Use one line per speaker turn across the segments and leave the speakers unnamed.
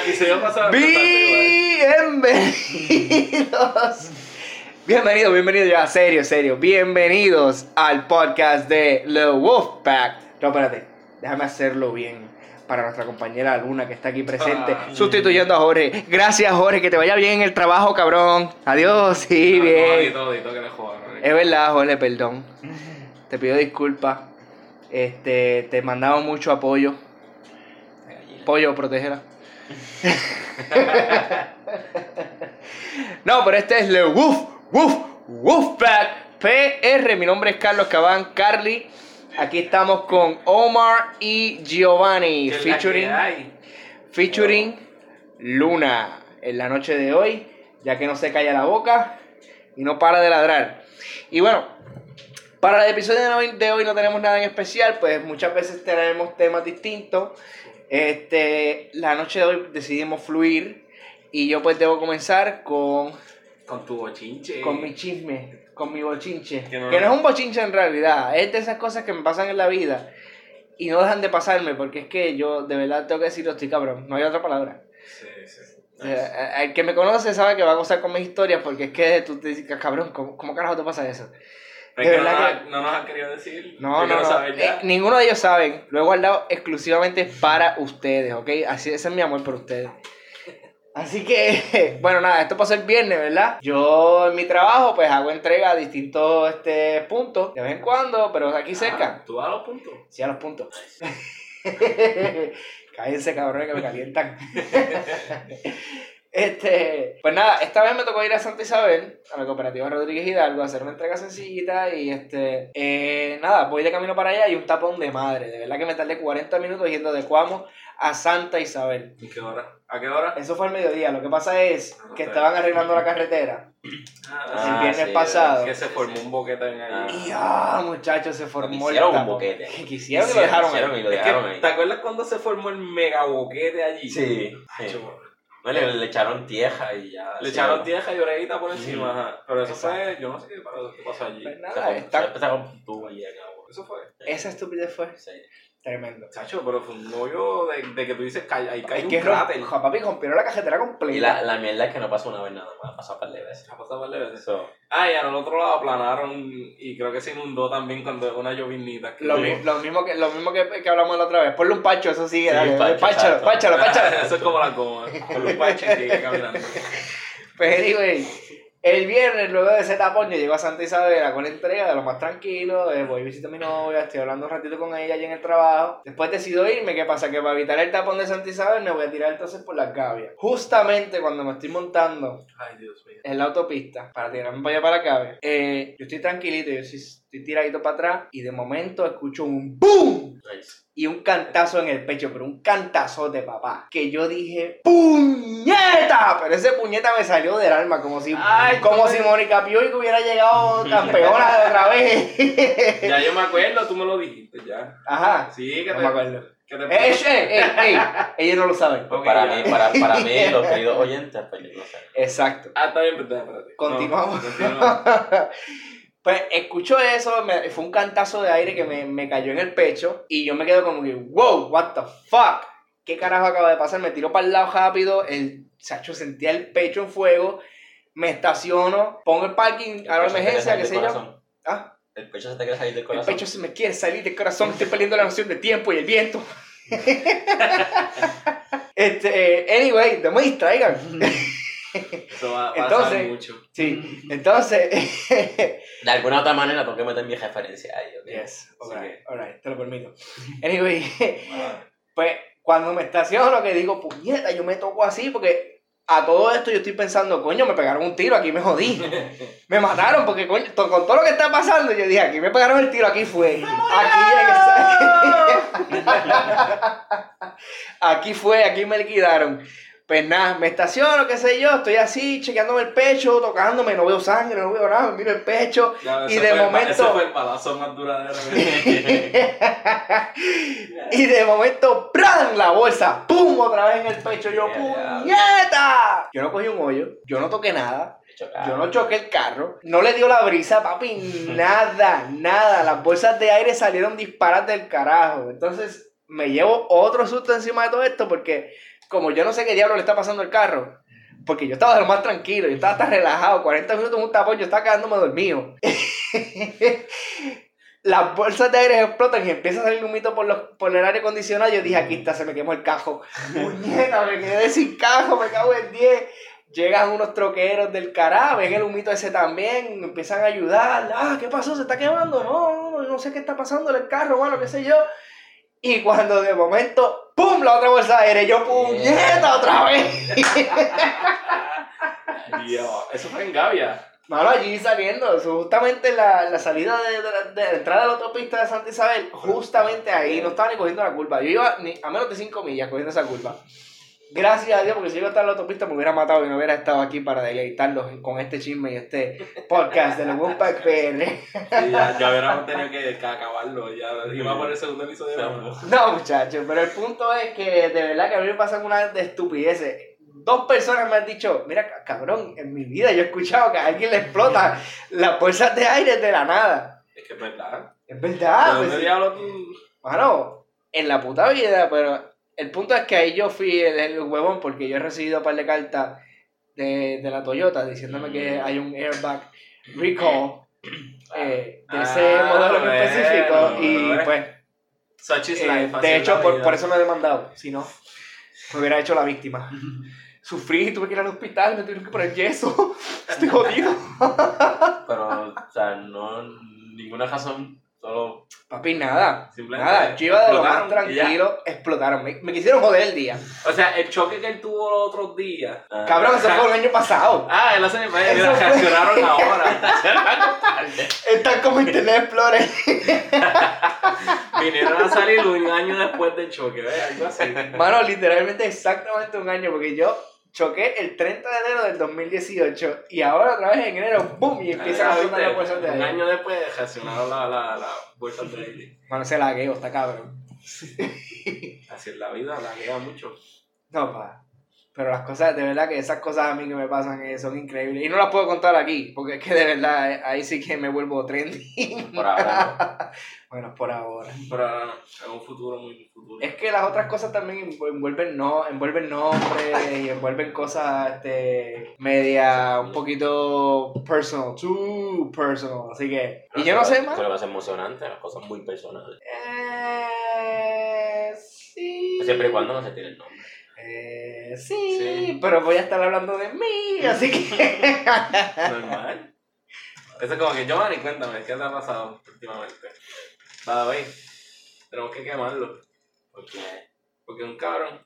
no,
Bienvenidos. Bienvenidos, bienvenidos ya, serio, serio. Bienvenidos al podcast de The Wolfpack. No, espérate, déjame hacerlo bien para nuestra compañera Luna que está aquí presente,
Ah,
sustituyendo a Jorge. Gracias, Jorge, que te vaya bien en el trabajo, cabrón. Adiós, sí, bien. Eh,
Todo, todo, todo que le jodan.
Es verdad, Jorge, perdón. Te pido disculpas. Este, te mandamos mucho apoyo. Pollo, protégela. no, pero este es Le Woof, Woof, Woofpack PR. Mi nombre es Carlos Cabán, Carly. Aquí estamos con Omar y Giovanni. Featuring, featuring Luna. En la noche de hoy, ya que no se calla la boca y no para de ladrar. Y bueno, para el episodio de hoy, de hoy no tenemos nada en especial, pues muchas veces tenemos temas distintos. Este, la noche de hoy decidimos fluir y yo pues debo comenzar con,
Con tu bochinche.
con mi chisme, con mi bochinche.
Que no-
que no es un bochinche en realidad, es de esas cosas que me pasan en la vida y no dejan de pasarme porque es que yo de verdad tengo que decirlo, estoy cabrón, no hay otra palabra.
Sí, sí.
O sea, a- a- Eh, el que me conoce sabe que va a gozar con mis historias porque es que tú te dices, cabrón, ¿cómo, cómo carajo te pasa eso?
Pero
de
es que no,
verdad
nos ha- no nos han querido decir.
No,
Yo
no,
quiero
no.
saber ya.
Eh, ninguno de ellos saben. Lo he guardado exclusivamente para ustedes, ¿ok? Así, ese es mi amor por ustedes. Así que, bueno, nada, esto pasó el viernes, ¿verdad? Yo en mi trabajo, pues hago entrega a distintos este, puntos, de vez en cuando, pero aquí cerca.
Ah, Tú a los puntos.
Sí, a los puntos. Cállense, cabrones, que me calientan. este, pues nada, esta vez me tocó ir a Santa Isabel, a la cooperativa Rodríguez Hidalgo, a hacer una entrega sencillita y este, eh, nada, voy de camino para allá y un tapón de madre. De verdad que me tardé 40 minutos yendo de Cuamo a Santa Isabel.
¿Y qué hora? ¿A qué hora?
Eso fue al mediodía. Lo que pasa es que estaban arreglando la carretera.
Ah,
El
Ah,
viernes
sí,
pasado.
que se formó un boquetón ahí.
Y ah, muchachos, se formó
Hicieron un
tapón.
boquete.
Que quisieron y lo dejaron ahí.
Hicieron y lo
Es que,
dejaron ahí.
¿Te acuerdas cuando se formó el mega boquete allí?
Sí.
Ay,
sí.
chupo.
Bueno, le, le echaron tierra y ya.
Le
sí,
echaron
¿no?
tierra y oreguita por encima.
Ujú.
ajá. Pero eso
Exacto.
fue, yo no sé qué pasó, qué pasó allí.
Pues
Se
nada,
fue-
está-
Se empezaron con tubo y acá, güey.
Eso fue.
Esa estupidez fue
Sí.
tremendo.
Chacho, pero fue un hoyo de, de que tú dices, "Cay- ahí cae
Es
un
que
cráter.
rom- papi rompieron la cajetera
Y
completa.
la, la mierda es que no pasó una vez nada más, pasó un par de veces.
Ha pasado varias veces.
Eso.
Ah, y al otro lado aplanaron y creo que se inundó también cuando una llovinita. que-
Lo, mi- lo mismo, que, lo mismo que, que hablamos la otra vez. Ponle un pacho, eso sigue.
Sí,
dale, dale,
pacho,
páchalo, páchalo,
exacto.
páchalo.
Eso es como la goma, con los baches que caminando.
Pero Pues, anyway, el viernes, luego de ese tapón, yo llego a Santa Isabel con la entrega de lo más tranquilo. eh, voy y visito a mi novia, estoy hablando un ratito con ella allí en el trabajo. Después decido irme, ¿qué pasa? Que para evitar el tapón de Santa Isabel me voy a tirar entonces por las gavias. Justamente cuando me estoy montando
Ay, Dios mío.
en la autopista para tirarme para allá para acá. Eh, yo estoy tranquilito, yo sí estoy tiradito para atrás y de momento escucho un ¡BOOM!
Nice.
Y un cantazo en el pecho, pero un cantazote, papá. Que yo dije, ¡puñeta! Pero ese puñeta me salió del alma, como si,
Ay,
como
tú
si
me-
Mónica Pioy hubiera llegado campeona de otra vez.
Ya yo me acuerdo, tú me lo dijiste ya.
Ajá.
Sí, que
No
te.
me acuerdo.
que te-
Eh, eh, eh, eh, Ellos no lo saben.
Ok,
para,
ya.
mí, para, para mí, los queridos oyentes, pues yo no sé.
Exacto.
Ah, está bien, espérate, espérate.
Continuamos.
No, continuamos.
Pues escucho eso, me- fue un cantazo de aire que me, me cayó en el pecho y yo me quedo como que, wow, what the fuck, ¿qué carajo acaba de pasar? Me tiro para el lado rápido, el sacho sentía el pecho en fuego, me estaciono, pongo el parking a la
El pecho
emergencia,
se te quiere salir
qué
del
sé yo.
corazón.
Ah,
El pecho se te quiere salir del
el
corazón.
pecho se me quiere salir del corazón, estoy perdiendo la noción de tiempo y el viento. este, eh, anyway, no me distraigan.
Eso va a pasar
Entonces-
mucho.
Sí, entonces...
De alguna otra manera tengo que meter mi referencia ahí, ¿ok?
yes,
Así
alright,
que-
alright, te lo permito. Anyway... Pues cuando me estaciono, que digo, puñeta, yo me toco así, porque a todo esto yo estoy pensando, coño, me pegaron un tiro, aquí me jodí. Me mataron, porque coño, to- con todo lo que está pasando, yo dije, aquí me pegaron el tiro, aquí fue. Aquí llegué, Aquí fue, aquí me liquidaron. Pues nada, me estaciono, qué sé yo, estoy así, chequeándome el pecho, tocándome, no veo sangre, no veo nada, miro el pecho,
Ya,
Y
ese
de
fue el pa-
momento-
Ese fue el palazo más duradero. que-
Y de momento, ¡pran! La bolsa, ¡pum! Otra vez en el pecho. Yo, ¡puñeta! Yo no cogí un hoyo, yo no toqué nada,
Chocado.
yo no choqué el carro, no le dio la brisa, papi, nada, nada. Las bolsas de aire salieron disparadas del carajo. Entonces, me llevo otro susto encima de todo esto porque como yo no sé qué diablo le está pasando al carro, porque yo estaba de lo más tranquilo, yo estaba hasta relajado, 40 minutos en un tapón, yo estaba quedándome dormido. Las bolsas de aire explotan y empieza a salir humito por, los, por el aire acondicionado. Yo dije, aquí está, se me quemó el cajo. Puñeta, me quedé sin cajo, me cago en 10. Llegan unos troqueros del carajo, ven el humito ese también, empiezan a ayudar. Ah, ¿qué pasó? ¿Se está quemando? No, no, no sé qué está pasando en el carro, mano, qué sé yo. Y cuando de momento, ¡pum! La otra bolsa de aire. Yo, ¡puñeta! Otra vez.
Dios, eso fue en Gavia.
Mano, allí saliendo, eso, justamente la, la salida de, de la, de la entrada de la autopista de Santa Isabel, justamente ahí, no estaba ni cogiendo la curva. Yo iba ni, a menos de 5 millas cogiendo esa curva. Gracias a Dios, porque si yo estaba en la autopista me hubiera matado y no hubiera estado aquí para deleitarlos con este chisme y este podcast de los Wolfpack PR.
Y ya, ya hubiéramos tenido que, que acabarlo. Ya iba por el segundo episodio de ambos.
No, muchachos, pero el punto es que de verdad que a mí me pasan una de estupideces. Dos personas me han dicho, mira, ca- cabrón, en mi vida yo he escuchado que a alguien le explota las bolsas de aire de la nada.
Es que es verdad.
Es
¿De
verdad.
dónde
pues,
diablo tú?
mano, en la puta vida, pero el punto es que ahí yo fui el, el huevón porque yo he recibido un par de cartas de, de la Toyota diciéndome que
Mm.
hay un airbag recall eh, de ese
Ah,
modelo en
bueno,
específico y
bueno.
pues
Such is
Eh,
life, así
de
es
hecho,
la
por,
vida.
por eso me he demandado. Si no, me hubiera hecho la víctima. Sufrí, tuve que ir al hospital, me tuvieron que poner yeso. Estoy jodido.
Pero, o sea, no. Ninguna razón. Solo.
Papi, nada.
Simplemente
Nada, yo iba de lo más
explotaron y ya.
tranquilo, explotaron. Me, me quisieron joder el día.
O sea, el choque que él tuvo los otros días.
ah,
Cabrón, eso fue el año pasado.
Ah, él hace mi
Eso fue-
reaccionaron ahora.
Están como Internet Explorer.
Vinieron a salir un año después del choque, ¿ves? Algo así.
Mano, literalmente exactamente un año, porque yo choqué el 30 de enero del 2018 y ahora otra vez en enero, ¡boom! Y empiezan a
Ah,
soltar
¿viste?
las bolsas de
Un
aire.
año después reaccionaron la, la, la bolsa de aire.
Mano, se lagueo, está cabrón.
Así es la vida, la lea mucho.
No, pa. Pero las cosas, de verdad que esas cosas a mí que me pasan eh, son increíbles. Y no las puedo contar aquí, porque es que de verdad eh, ahí sí que me vuelvo trendy.
Por ahora.
bueno, por ahora.
Pero no, no, en un futuro muy futuro.
Es que las otras cosas también envu- envuelven, no, envuelven nombres y envuelven cosas este, media un poquito personal, too personal. Así que. Y yo no sé más.
Pero es emocionante, las cosas muy personales.
Eh, sí.
Siempre y cuando no se tiene el nombre.
Eh, sí,
Sí.
pero voy a estar hablando de mí, así que.
Normal. Eso es como que, Giovanni, cuéntame, ¿qué te ha pasado últimamente? Nada, wey. Tenemos que quemarlo.
Porque.
Porque es un cabrón.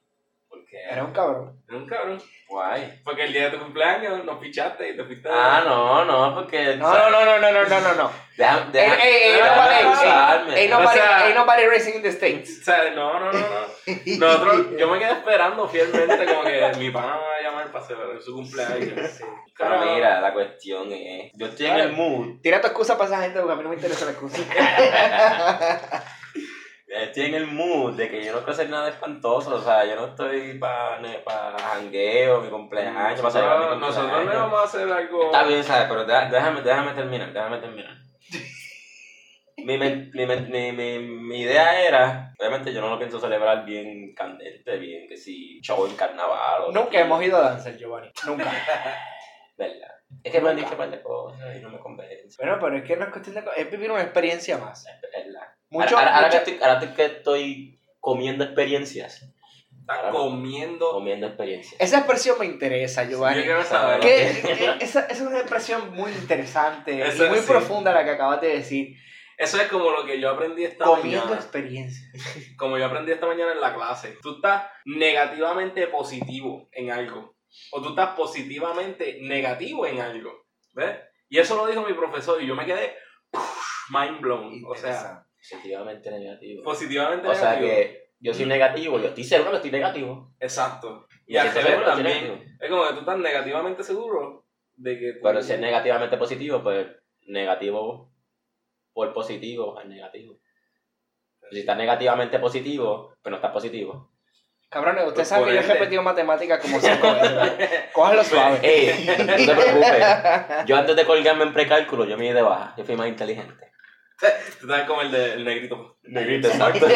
Era
Porque.
un cabrón.
Es un cabrón.
Guay.
Porque el día de tu cumpleaños nos pichaste y te fuiste.
Ah, no, no, porque.
No, no, no, no, no, no, no, no, no.
Deja,
Ey,
deja,
ey, ey,
no,
déjame
ey, ey,
acusarme.
nobody- ey, nobody-
O sea-
ey, nobody racing in the States.
O sea, no, no, no, no. Nosotros, yo me quedé esperando fielmente como que mi pana me va a llamar para celebrar su cumpleaños.
Pero Ah, mira, la cuestión es. Yo estoy en el mood.
Tira tu excusa para esa gente porque a mí no me interesa la excusa.
Estoy en el mood de que yo no quiero hacer nada espantoso. O sea, yo no estoy para pa jangueo, mi
Mm,
cumpleaños, para celebrar mi
Nosotros, nosotros
cumpleaños.
le vamos a hacer algo.
Está bien, ¿sabes? Pero deja- déjame, déjame terminar, déjame terminar. Mi, men- mi, men- mi, mi, mi idea era, obviamente yo no lo pienso celebrar bien candente, bien que si show en carnaval o...
Nunca hemos ido a danzar, Giovanni. Nunca.
¿Verdad? Es que me han dicho
Nunca.
un par de cosas y no me convence.
Bueno, pero es que no es cuestión de. co- Es vivir una experiencia más.
¿Verdad?
Mucho.
ahora, ahora- ahora que
mucho-
estoy, ahora que estoy comiendo experiencias,
Está comiendo.
comiendo experiencias.
Esa expresión me interesa,
Yo
Giovanni.
quiero saber.
¿Qué- qué- esa, esa es una expresión muy interesante
Eso
y muy
sí.
profunda la que acabas de decir.
Eso es como lo que yo aprendí esta
Comiendo
mañana.
experiencia.
Como yo aprendí esta mañana en la clase. Tú estás negativamente positivo en algo. O tú estás positivamente negativo en algo. ¿Ves? Y eso lo dijo mi profesor y yo me quedé puf, mind blown. O sea,
Interesante.
Positivamente negativo.
positivamente
O sea
negativo.
que yo soy negativo, yo estoy seguro que estoy negativo.
Exacto. Y
Yo
al
estoy
revés
seguro que estoy
también.
negativo.
Es como que tú estás negativamente seguro de que. tú-
Pero si es negativamente positivo, pues negativo por positivo es negativo. Si estás negativamente positivo, pero no estás positivo.
Cabrones,
Pues
ustedes saben que yo he
ponerte-
repetido matemáticas como cinco veces. Cógelo suave.
¡Ey! Pues, eh, No te preocupes. Yo antes de colgarme en precálculo, yo me di de baja. Yo fui más inteligente.
Tú estás como el, de, el negrito.
Negrito, exacto.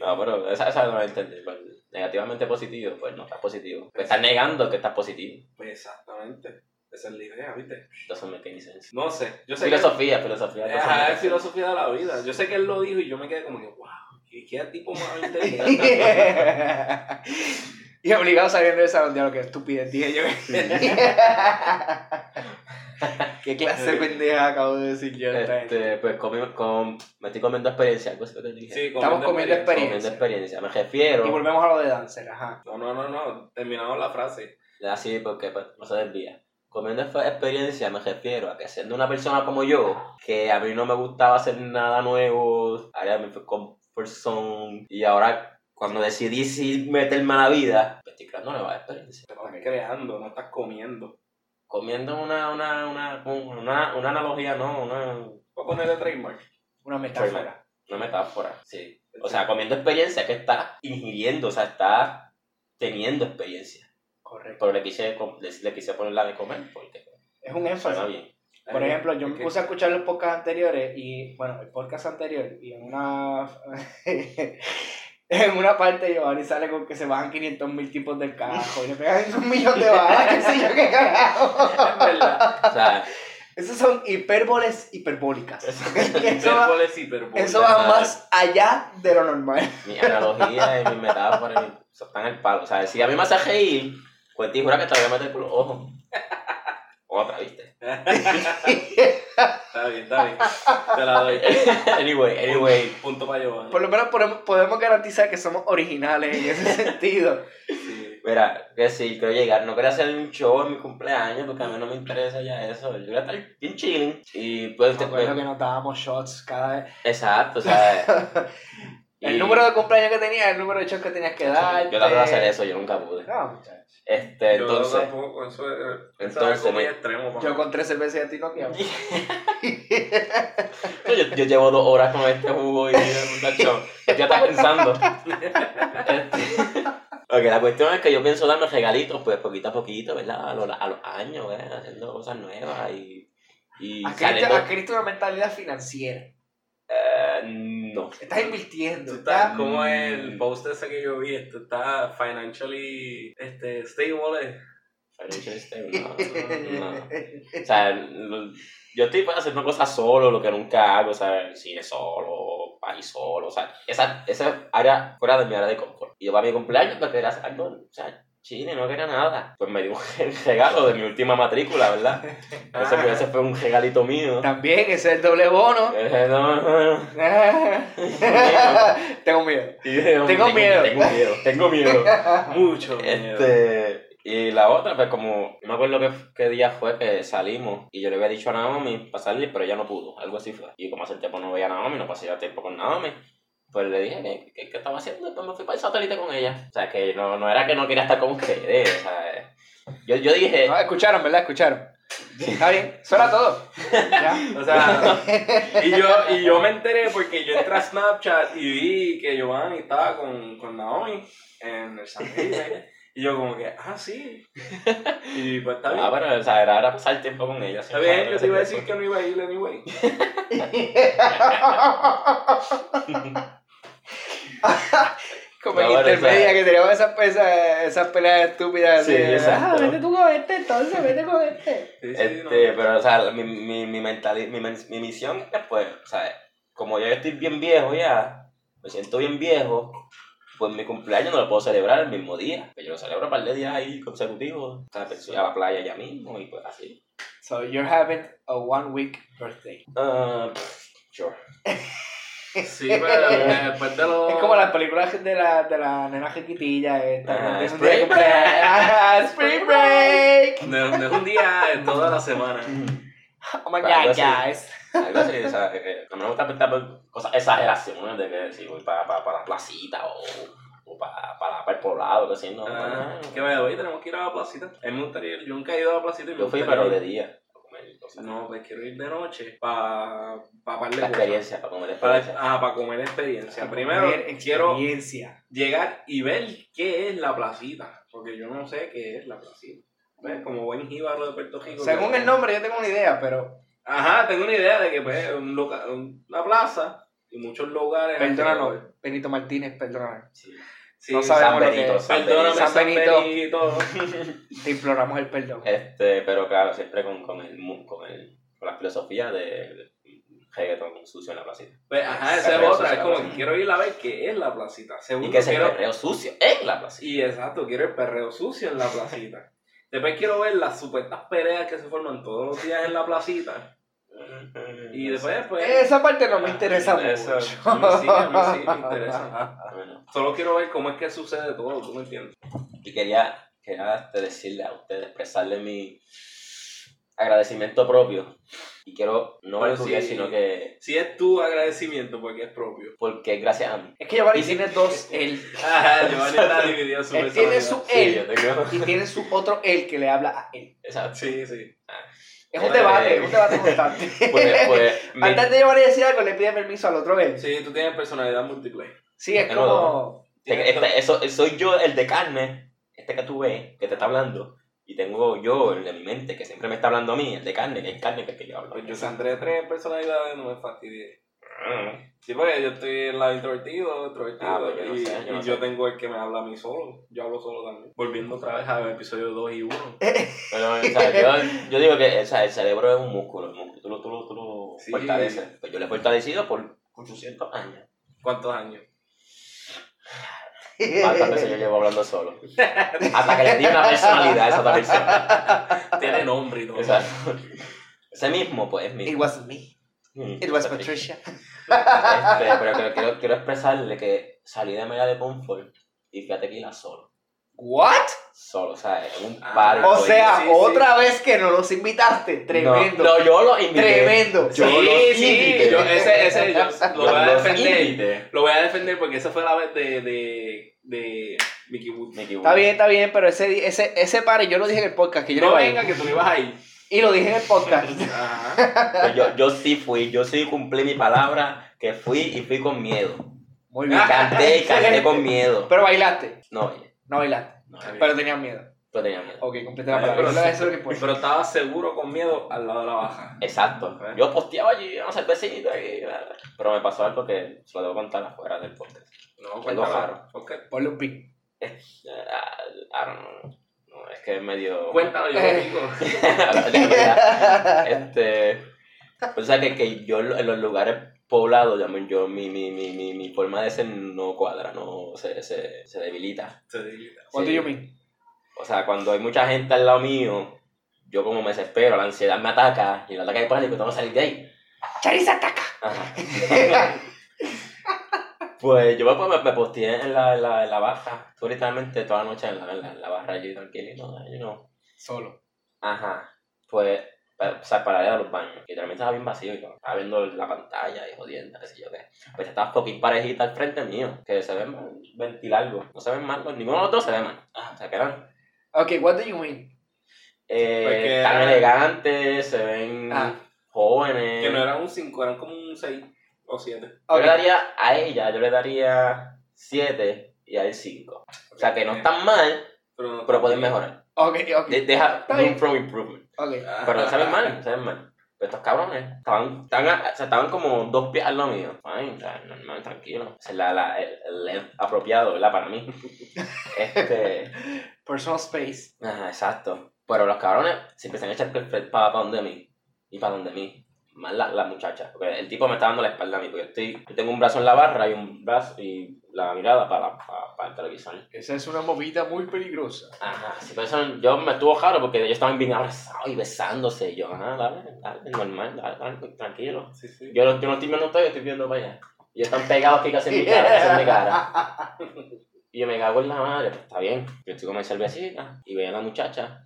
No, pero esa, esa no la entendí. pero negativamente positivo, pues no estás positivo. Pues estás negando que estás positivo.
Pues Exactamente. Esa es la idea, ¿viste?
Doesn't make any sense.
No sé. Yo sé que-
Filosofía, filosofía. doesn't
Ajá,
make
es
sense.
filosofía de la vida. Yo sé que él lo dijo y yo me quedé como que, wow, qué, qué tipo más inteligente.
y obligado saliendo del salón de lo que estupidez dije yo. Qué clase de pendeja acabo de decir yo. esta gente.
Este, pues comi- com- me estoy comiendo experiencia, algo así lo que dije.
Sí,
Estamos comiendo
comiendo
experiencia.
experiencia. Me refiero.
Y volvemos a lo de Dancer, ajá.
No, no, no, no. Terminamos la frase.
Así porque pues, no se desvía. Comiendo esa experiencia me refiero a que siendo una persona como yo, que a mí no me gustaba hacer nada nuevo, área de mi comfort zone, y ahora cuando decidí sí meterme a la vida, pues, estoy creando nuevas experiencias.
Te estás creando, no estás comiendo.
Comiendo una, una, una, una, una analogía, no, una,
Voy a ponerle trademark.
Una metáfora.
una metáfora, sí. O sea, comiendo experiencia que está ingiriendo, o sea, está teniendo experiencia.
Correcto.
Pero le quise, com- le, le quise poner la de comer porque pues,
Es un énfasis.
suena bien.
Por ejemplo, yo me
Ok.
puse a escuchar los podcasts anteriores y, bueno, el podcast anterior y en una... En una parte Giovanni sale con que se bajan 500 mil tipos del carajo y le pegan un millón de balas, qué sé yo, qué carajo.
Es verdad.
O sea,
Esas son hipérboles hiperbólicas. eso, va,
Hipérboles, hipérboles.
eso va más allá de lo normal.
mi analogía y mi metáfora y mi- o sea, están al palo. O sea, si a mí me hace reír, pues te jura que te la voy a meter por los ojos. Otra, ¿viste?
Está bien, está bien. Te la doy.
anyway, anyway.
Punto para Giovanni.
Por lo menos podemos, podemos garantizar que somos originales en ese sentido.
Sí.
Mira, que sí, quiero llegar. No quería hacer un show en mi cumpleaños porque a mí no me interesa ya eso. Yo quería estar bien chilling. Y pues,
Me acuerdo que nos dábamos shots cada vez.
Exacto, o sea.
El
y-
número de cumpleaños que tenías, el número de shots que tenías que dar.
Yo traté de hacer eso, yo nunca pude.
No, muchachos.
Este,
Yo
entonces.
tampoco, eso es- eso es
Entonces,
algo muy
me-
extremo para
Yo
mí.
con tres cervezas y a ti no quiero.
Yo, yo llevo dos horas con este jugo y muchacho, ya está pensando. Este, ok, la cuestión es que yo pienso darme regalitos, pues poquito a poquito, ¿verdad? A los, a los años, ¿verdad? Haciendo cosas nuevas y. y
Adquiriste,
saliendo.
adquiriste una mentalidad financiera.
Eh, no.
Estás invirtiendo.
Tú estás
¿verdad?
como el post ese que yo vi, tú estás financially este, stable. eh.
Financial stable, no, no. O sea, lo- yo estoy pues, haciendo cosas solo, lo que nunca hago, o sea, el cine solo, país solo, o sea, esa, esa área fuera de mi área de confort. Y yo para mi cumpleaños, pues quería hacer algo, o sea, chile, no quería nada. Pues me dio el regalo de mi última matrícula, ¿verdad? Ese,
Ah,
pues, ese fue un regalito mío.
También, ese es el doble bono.
Eh, no, no, no.
Tengo miedo.
Y dije,
Tengo miedo.
Tengo miedo, tengo miedo.
Mucho miedo.
Este, y la otra, pues como, no me acuerdo qué, qué día fue que salimos y yo le había dicho a Naomi para salir, pero ella no pudo, algo así fue. Y como hace tiempo no veía a Naomi, no pasé tiempo con Naomi, pues le dije que, que, que estaba haciendo, pues me fui para el satélite con ella. O sea, que no, no era que no quería estar con ustedes, o sea, eh, yo, yo
Ah,
dije,
No, escucharon, ¿verdad? Escucharon. Está bien, suena todo. Ya.
O sea, y yo, y yo me enteré porque yo entré a Snapchat y vi que Giovanni estaba con, con Naomi en el satélite. Y yo como que, ah, sí. Y pues está
ah,
bien.
pero, o sea, era, era pasar tiempo con ella.
Está bien, yo te iba a decir que no iba a ir anyway.
Como en
No, bueno,
intermedia
esa-
que teníamos esas, esas, esas peleas estúpidas.
Sí,
así de,
exacto.
ah, vete tú con este, entonces, vete con este.
Sí, sí, no.
Este, pero, o sea, mi, mi, mi, mentali- mi, men- mi misión es, pues, o sea, como yo estoy bien viejo ya, me siento bien viejo, pues mi cumpleaños no lo puedo celebrar el mismo día. Pero yo lo celebro un par de días ahí consecutivos. O sea, pues, voy a la playa ya mismo y pues así.
So you're having a one week birthday.
Ah, pff, sure.
Sí, pero eh, después de los...
Es como las películas de la, de la nena chiquitilla esta.
Ah,
que es un
Spring
día de
Break.
cumpleaños. Ah, Spring Break.
De, de un día en toda la semana.
Mm,
Oh my
Algo
god,
así.
guys.
Algo así, o sea, que- que a mí me gusta pensar por cosas, exageraciones de que si voy para la placita o, o para el poblado, que si no.
Ah,
no.
que vaya, hoy tenemos que ir a la placita. A mí me gustaría ir, yo nunca he ido a la placita y me
Yo fui,
gustaría
pero de
ir.
día. a comer cosas.
No, pues quiero ir de noche para pa par de
La
cosas.
experiencia, para comer
Para,
experiencia.
ah, para comer experiencia. Primero
Comer
quiero
Experiencia.
llegar y ver qué es la placita, porque yo no sé qué es la placita. ¿Ves? Como buen jíbaro de Puerto Rico.
Según
yo-
el nombre, yo tengo una idea, pero.
Ajá, tengo una idea de que pues un loca- un- una plaza y muchos lugares. ah,
Perdónanos, Benito Martínez, perdónanos.
Sí.
Sí,
no sabemos.
San
lo que
Benito,
es.
San
Perdóname,
Benito.
San
San
Benito.
Benito. Te imploramos el perdón.
Este, pero claro, siempre con, con, el, mu- con, el, con la filosofía de reggaeton sucio en la placita.
Pues, ajá, esa
Esa
es
es
otra.
otra
Es como
cosa.
que quiero ir a ver qué es la placita. Segundo,
Y que es el
quiero...
perreo sucio en la placita.
Y exacto, quiero el perreo sucio en la placita. Después quiero ver las supuestas peleas que se forman todos los días en la placita. Y después, pues...
Esa parte no me interesa
ah, Eso.
mucho.
a mí sí, a mí sí me interesa.
Bueno,
Solo quiero ver cómo es que sucede todo, ¿tú me entiendes?
y quería, quería este, decirle a ustedes, expresarle mi agradecimiento propio. Y quiero, no
Pero
el tuyo,
sí.
sino que
Si es tu agradecimiento, porque es propio.
porque es gracias a mí.
Es que Giovanni
Y si-
tiene dos él.
Ajá, Giovanni está dividido en su
Él tiene
personalidad.
su
Sí, yo
él
tengo-
y tiene su otro él que le habla a él.
Exacto.
Sí, sí.
Es un
Vale.
debate, es un debate constante.
eh. Pues, pues, mi-
Antes de Giovanni decir algo, le pide permiso al otro él.
Sí, tú tienes personalidad múltiple.
Sí, es
Pero-
como.
Te- este- eso, soy yo el de carne, este que tú ves, que te está hablando. Y tengo yo el de mi mente, que siempre me está hablando a mí, el de carne, que es carne que es que yo hablo.
Pues yo saldré tres personalidades, no me fastidié. Sí, porque yo estoy en la introvertido, extrovertido,
Ah, pues yo no
y,
sé, yo no
y yo
sé.
tengo el que me habla a mí solo. Yo hablo solo también. Volviendo otra vez al episodio 2 y 1.
Eh. Pero, o sea, yo, yo digo que o sea, el cerebro es un músculo, el músculo tú lo, tú lo, tú lo
Sí.
fortaleces. Pues yo lo he fortalecido por 800 años.
¿Cuántos años?
Eh,
Cuántas veces yo llevo hablando solo. Hasta que le di una personalidad a esa otra persona.
Tiene nombre y todo.
Exacto. Ese mismo, pues, es mi.
It was me.
Mm,
It was
Patrick.
Patricia.
Este, pero quiero, quiero, quiero expresarle que salí de mi área de confort y fui a tequila solo.
¿What?
Solo, o sea, en un
Ah,
par.
O
Oye,
sea,
sí, sí.
otra vez que no los invitaste. Tremendo.
No, no, yo lo invité.
Tremendo.
Yo
sí,
los
sí,
invité.
yo, ese, ese, yo lo
Yo
voy a
los
defender.
invité.
Lo voy a defender porque esa fue la vez de, de, de Mickey Woods.
Me equivoqué.
Está bien, está bien, pero ese, di- ese, ese party yo lo dije en el podcast que yo no
No
iba a ir.
venga que tú no ibas ahí.
Y lo dije en el podcast.
Ajá.
Pues yo, yo sí fui, yo sí cumplí mi palabra, que fui y fui con miedo.
Muy
Y
bien.
canté y canté con miedo.
Pero bailaste.
No, oye,
No bailaste.
no,
Está bien.
Pero tenías miedo.
yo tenía miedo.
Ok, completa la
Pero-
palabra. Eso es lo que importa.
Pero estaba seguro con miedo al lado de la baja.
Exacto. Yo posteaba allí, vamos al vecino. y- Pero me pasó algo que se lo debo contar afuera del podcast.
No,
Algo raro.
cuéntalo. Ok.
Ponle un pin.
Ah, I don't know. No, es que es medio.
Cuéntalo, yo lo
Eh.
digo.
este o sea que, que yo en los lugares poblados yo, me- yo- mi, mi, mi, mi, mi forma de ser no cuadra no se, se, se debilita
Se debilita.
What do
Sí.
you mean?
o sea cuando hay mucha gente al lado mío yo como me desespero la ansiedad me ataca y el ataque de pánico tengo que salir de ahí
Charis ataca.
Ajá. pues yo me, me, me posteé en la, en la, en la barra tú literalmente toda la noche en la, en la, en la barra allí tranquilo you know.
Solo.
Ajá. Pues, pa- o sea, para ir a los baños. Y también estaba bien vacío y yo estaba viendo la pantalla y jodiendo, qué sé yo qué. Pues estaba fucking parejita al frente mío, que se ven mal, ventilargo. No se ven mal, los- ninguno de los dos se ve mal. Ajá, o sea, que eran.
Ok, what do you mean?
Pues que
Eh, tan
eran-
elegantes, se ven
Ah.
jóvenes.
Que no eran un 5, eran como un 6 o 7.
Yo le
Ok.
daría a ella, yo le daría 7 y a él 5. O sea, que no están mal,
Pero, no
pero pueden mejorar.
Ok, ok.
De- deja
Está
room
bien.
for improvement.
Ok.
Ajá.
Pero no saben mal, no saben mal. Pero estos cabrones estaban, estaban, a- o sea, estaban como dos pies al lado mío. Fine, o sea, normal, tranquilo. Es la, la, el, el length apropiado, ¿verdad? Para mí. Este.
Personal space.
Ajá, exacto. Pero los cabrones se empiezan a echar para, para donde mí. Y para donde mí. Más la, la muchacha. Porque el tipo me está dando la espalda a mí. Porque yo, estoy, yo tengo un brazo en la barra y un brazo y la mirada para, para, para el televisor.
Esa es una movida muy peligrosa.
Ajá, sí, pero eso yo me estuvo jaro porque ellos estaban bien abrazados y besándose. Y yo, ajá, dale, dale, normal, dale, dale, tranquilo.
Sí, sí.
Yo, no- yo no estoy viendo a ustedes, estoy viendo para allá. Y ellos están pegados aquí casi en mi cara, casi en mi cara. Y yo me cago en la madre, pues está bien. Yo estoy con mi cervecita y veo a la muchacha.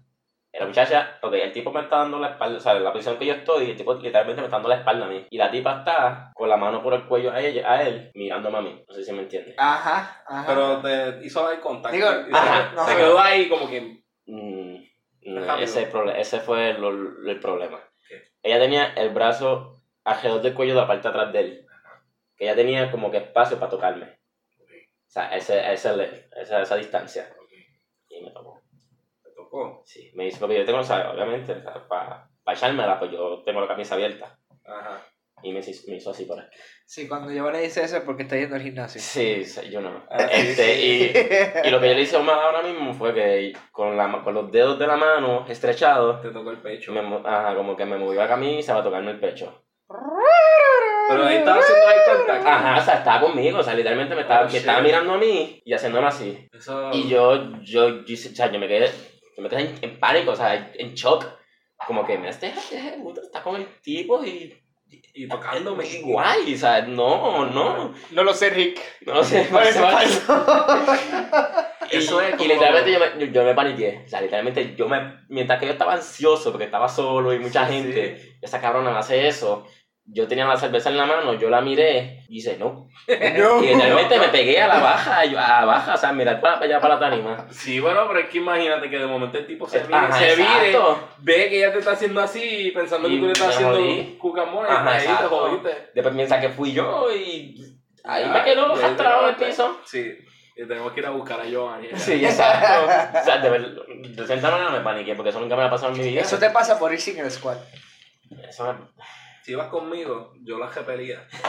Y la muchacha, ok, el tipo me está dando la espalda, o sea, en la posición que yo estoy, el tipo literalmente me está dando la espalda a mí. Y la tipa está con la mano por el cuello a, ella, a él, mirándome a mí. No sé si me entiende.
Ajá, ajá.
Pero te hizo el contacto.
Digo,
y se-
ajá,
se
ajá.
quedó ahí como que.
Mm,
Ajá,
no,
amigo.
ese, prole- ese fue el, el problema.
¿Qué?
Ella tenía el brazo alrededor del cuello de la parte de atrás de él. Que ella tenía como que espacio para tocarme. O sea, ese, ese le- esa, esa distancia. Y me tocó.
Te tocó.
Sí, me hizo porque yo tengo, o sea, obviamente, para echármela, pues yo tengo la camisa abierta.
Ajá.
Y me hizo, me hizo así por aquí.
Sí, cuando Giovanni dice eso es porque está yendo al gimnasio.
Sí, sí, yo no.
Ah, sí,
Este,
sí.
y- Y, lo que yo le hice a Omar ahora mismo fue que con, la, ma- con los dedos de la mano estrechados,
Te tocó el pecho.
me mo- ajá, como que me movió la camisa para tocarme el pecho.
Pero ahí estaba haciendo ahí contacto.
Ajá, o sea, estaba conmigo, o sea, literalmente me estaba,
Oh,
me
shit. Oh.
estaba mirando a mí y haciéndome así.
Eso.
Y yo, yo, yo hice- o sea, yo me quedé, yo me quedé en, en pánico, o sea, en shock. Como que, me este este puto está con el tipo y...
y tocándome.
Guay, o sea, no, no.
No lo sé, Rick.
No sé,
Parece falso.
Y,
Eso es
y
como-
literalmente yo me, yo, yo me paniqué. O sea, literalmente yo me. Mientras que yo estaba ansioso porque estaba solo y mucha
Sí,
gente, esa cabrona me hace eso. Yo tenía la cerveza en la mano, yo la miré y hice no.
No.
Y literalmente me pegué a la baja, yo- a la baja, o sea, mirar para allá para la tarima.
Sí, bueno, pero es que imagínate que de momento el tipo se vire,
Ajá,
se vire,
exacto.
ve que ella te está haciendo así, pensando que
Y
tú le estás
me
haciendo
jodí.
cucamona,
Ajá,
y ahí te
exacto.
jodiste.
Después piensa que fui yo y. Ahí
Ya,
me quedó
ya,
arrastrado en el
ya.
piso.
Sí, y tenemos que ir a buscar a Giovanni.
Sí, exacto. O sea, de, verdad, de cierta manera me paniqué porque eso nunca me ha pasado en mi vida.
Eso te pasa por ir sin el squad.
Eso me-
Si ibas conmigo, yo la repelía.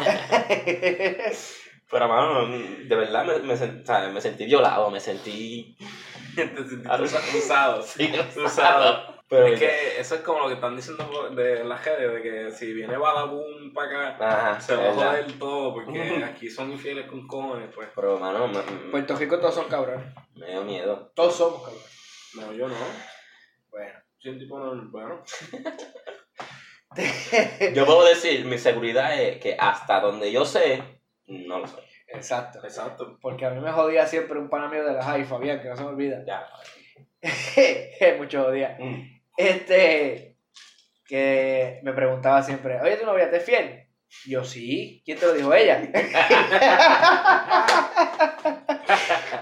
Pero, mano, de verdad me, me, sen- o sea, me sentí violado, me sentí.
Te sentiste
Ah,
usa- usado.
Sí,
Usado.
Pero
Es que eso es como lo que están diciendo por- de las redes, de que si viene Badaboom para acá,
Ajá,
se
de
va a
verdad.
joder todo, porque aquí son infieles con cojones, pues.
Pero, mano, me, me-
Puerto Rico todos son cabrones.
me dio miedo.
Todos somos cabrones.
No, yo no.
Bueno.
Soy un tipo normal. Bueno,
Yo puedo decir, mi seguridad es que hasta donde yo sé, no lo soy.
Exacto.
exacto.
Porque a mí me jodía siempre un pana mío de la high, Fabián, que no se me olvida.
Ya.
Mucho jodía.
Mm.
Este, que me preguntaba siempre, oye, ¿tu novia te es fiel? Yo sí, ¿quién te lo dijo ella?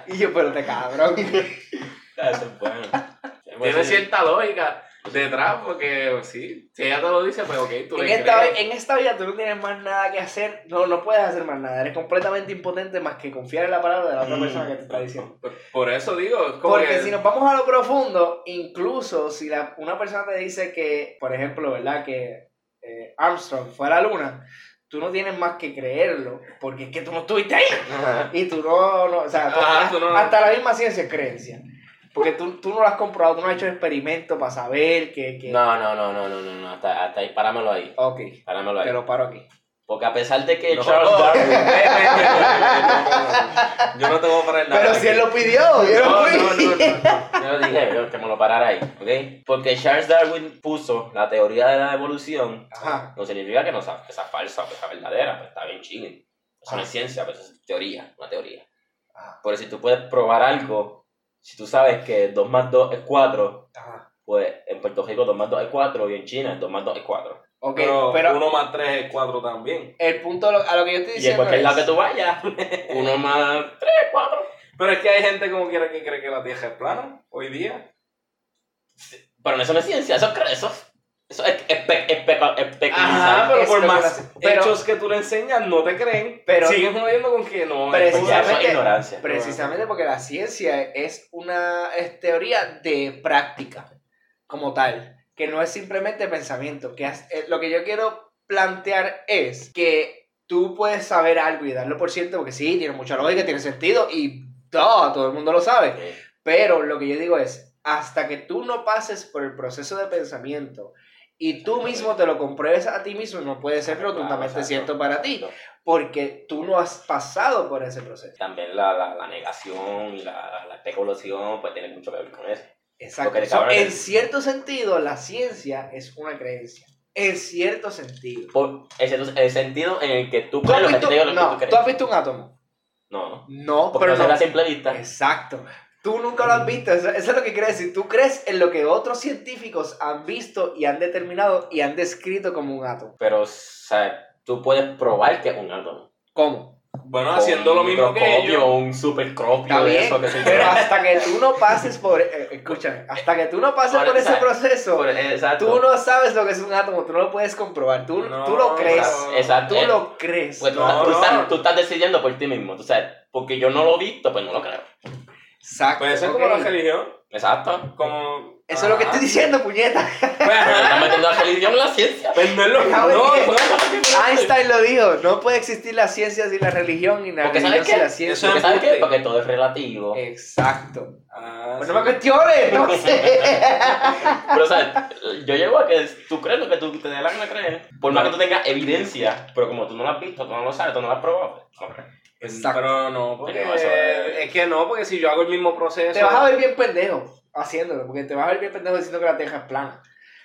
y yo, pero te cabrón.
Ah, Eso es bueno.
Tiene cierta lógica detrás, porque pues, sí, si ella te lo dice, pues ok, tú
En
le
esta,
crees.
vi- en esta vida tú no tienes más nada que hacer, no, no puedes hacer más nada, eres completamente impotente más que confiar en la palabra de la otra
Mm.
persona que te está diciendo.
Por eso digo, es como
Porque
que-
si nos vamos a lo profundo, incluso si la- una persona te dice que, por ejemplo, ¿verdad? Que eh, Armstrong fue a la luna, tú no tienes más que creerlo, porque es que tú no estuviste ahí.
Ajá.
Y tú no, no o sea, tú-
Ajá,
hasta,
tú no-
hasta la misma ciencia es creencia. Porque tú, tú no lo has comprobado, tú no has hecho experimento para saber que... que...
No, no, no, no, no, no, no. Hasta, hasta ahí, parámelo ahí.
Ok,
Parámelo
te
ahí.
lo paro aquí.
Porque a pesar de que
No.
Charles Darwin.
Yo no te voy a parar nada.
Pero si él lo pidió, yo
No,
lo
no,
fui.
no, no,
Yo dije yo, que me lo parara ahí, ¿ok? Porque Charles Darwin puso la teoría de la evolución
Ajá.
No significa que no sea, que sea falsa, que sea verdadera, pero está bien chile. Eso no es ciencia, pero eso es teoría, una teoría.
Ajá.
Pero si tú puedes probar algo, si tú sabes que 2 más 2 es 4,
Ajá.
pues en Puerto Rico 2 más 2 es 4 y en China 2 más 2 es 4.
Ok,
Pero,
pero,
uno más tres es cuatro también.
el punto a lo, a lo que yo estoy
Y en
diciendo
cualquier
es...
lado que tú vayas, 1 más 3 es 4.
Pero es que hay gente como quiera que cree que la Tierra es plana hoy día.
Pero eso no es ciencia, eso es, cre- eso, es- eso es espe- espe- especulizar.
Ajá, pero por más
especulación. Pero-
hechos que tú le enseñas, no te creen.
Pero-
Siguen jodiendo con que no.
Pero
es verdad.
Pues ya, eso
precisamente-
es ignorancia.
Precisamente porque la ciencia es una es teoría de práctica, como tal, que no es simplemente pensamiento. Que has- eh, lo que yo quiero plantear es que tú puedes saber algo y darlo por cierto, porque sí, tiene mucha lógica, tiene sentido y ¡duh! todo el mundo lo sabe.
Ok.
Pero lo que yo digo es, hasta que tú no pases por el proceso de pensamiento y tú mismo te lo compruebes a ti mismo, no puede ser
Claro,
rotundamente
exacto.
cierto para ti,
No.
porque tú no has pasado por ese proceso.
También la, la, la negación y la, la especulación pues tiene mucho que ver con eso.
Exacto.
Porque el
So,
cabrón
en
es-
cierto sentido, la ciencia es una creencia. En cierto sentido.
Por el, sen- el sentido en el que tú
¿Tú has,
crees lo que
visto,
te digo lo
no,
que tú crees.
¿tú has visto un átomo?
No, no.
No,
Porque
pero
no
no.
será simple vista.
Exacto. Tú nunca lo has
Mm.
visto. Eso, eso es lo que quiero decir. Tú crees en lo que otros científicos han visto y han determinado y han descrito como un átomo.
Pero, o sea, tú puedes probar que es un átomo.
¿Cómo?
Bueno,
Con
haciendo lo
un
mismo que
microscopio,
ellos.
un supercropio,
Está bien.
eso que se
Pero hasta que tú no pases por. eh, escúchame. Hasta que tú no pases
Ahora,
por ese
¿sabes?
proceso.
Exacto.
eh, Tú no sabes lo que es un átomo, tú no lo puedes comprobar, tú,
No,
tú lo crees,
exacto.
Exacto.
tú
Eh,
lo crees.
Pues tú,
No,
tú
no.
Estás, tú estás decidiendo por ti mismo, tú sabes. Porque yo no lo he visto, pues no lo creo.
Exacto.
Puede ser
ok.
como la religión.
Exacto.
Como
Eso es lo que
Ajá.
Ah.
estoy diciendo, puñeta.
Pero está metiendo la religión en la ciencia.
Pues no es lo que
Cabrón,
no, pues,
¿qué?
no es lo que-
Einstein lo dijo, no puede existir la ciencia sin la religión ni la
Porque
religión
¿sabes
sin la
qué?
ciencia.
Eso
Porque, ¿sabes qué?
embuste.
Porque todo es relativo.
Eh. Exacto.
Ah,
Pues
sí.
no me cuestiones, no sé.
Pero, o sea, yo llego a que tú crees lo que tú te dé la gana creer. Por más que tú tengas evidencia, pero como tú no la has visto, tú no lo sabes, tú no la has probado. pues, no crees.
Exacto.
Pero no, porque
No, eso es-
es que no, porque si yo hago el mismo proceso.
Te vas a ver bien pendejo haciéndolo, porque te vas a ver bien pendejo diciendo que la teja es plana.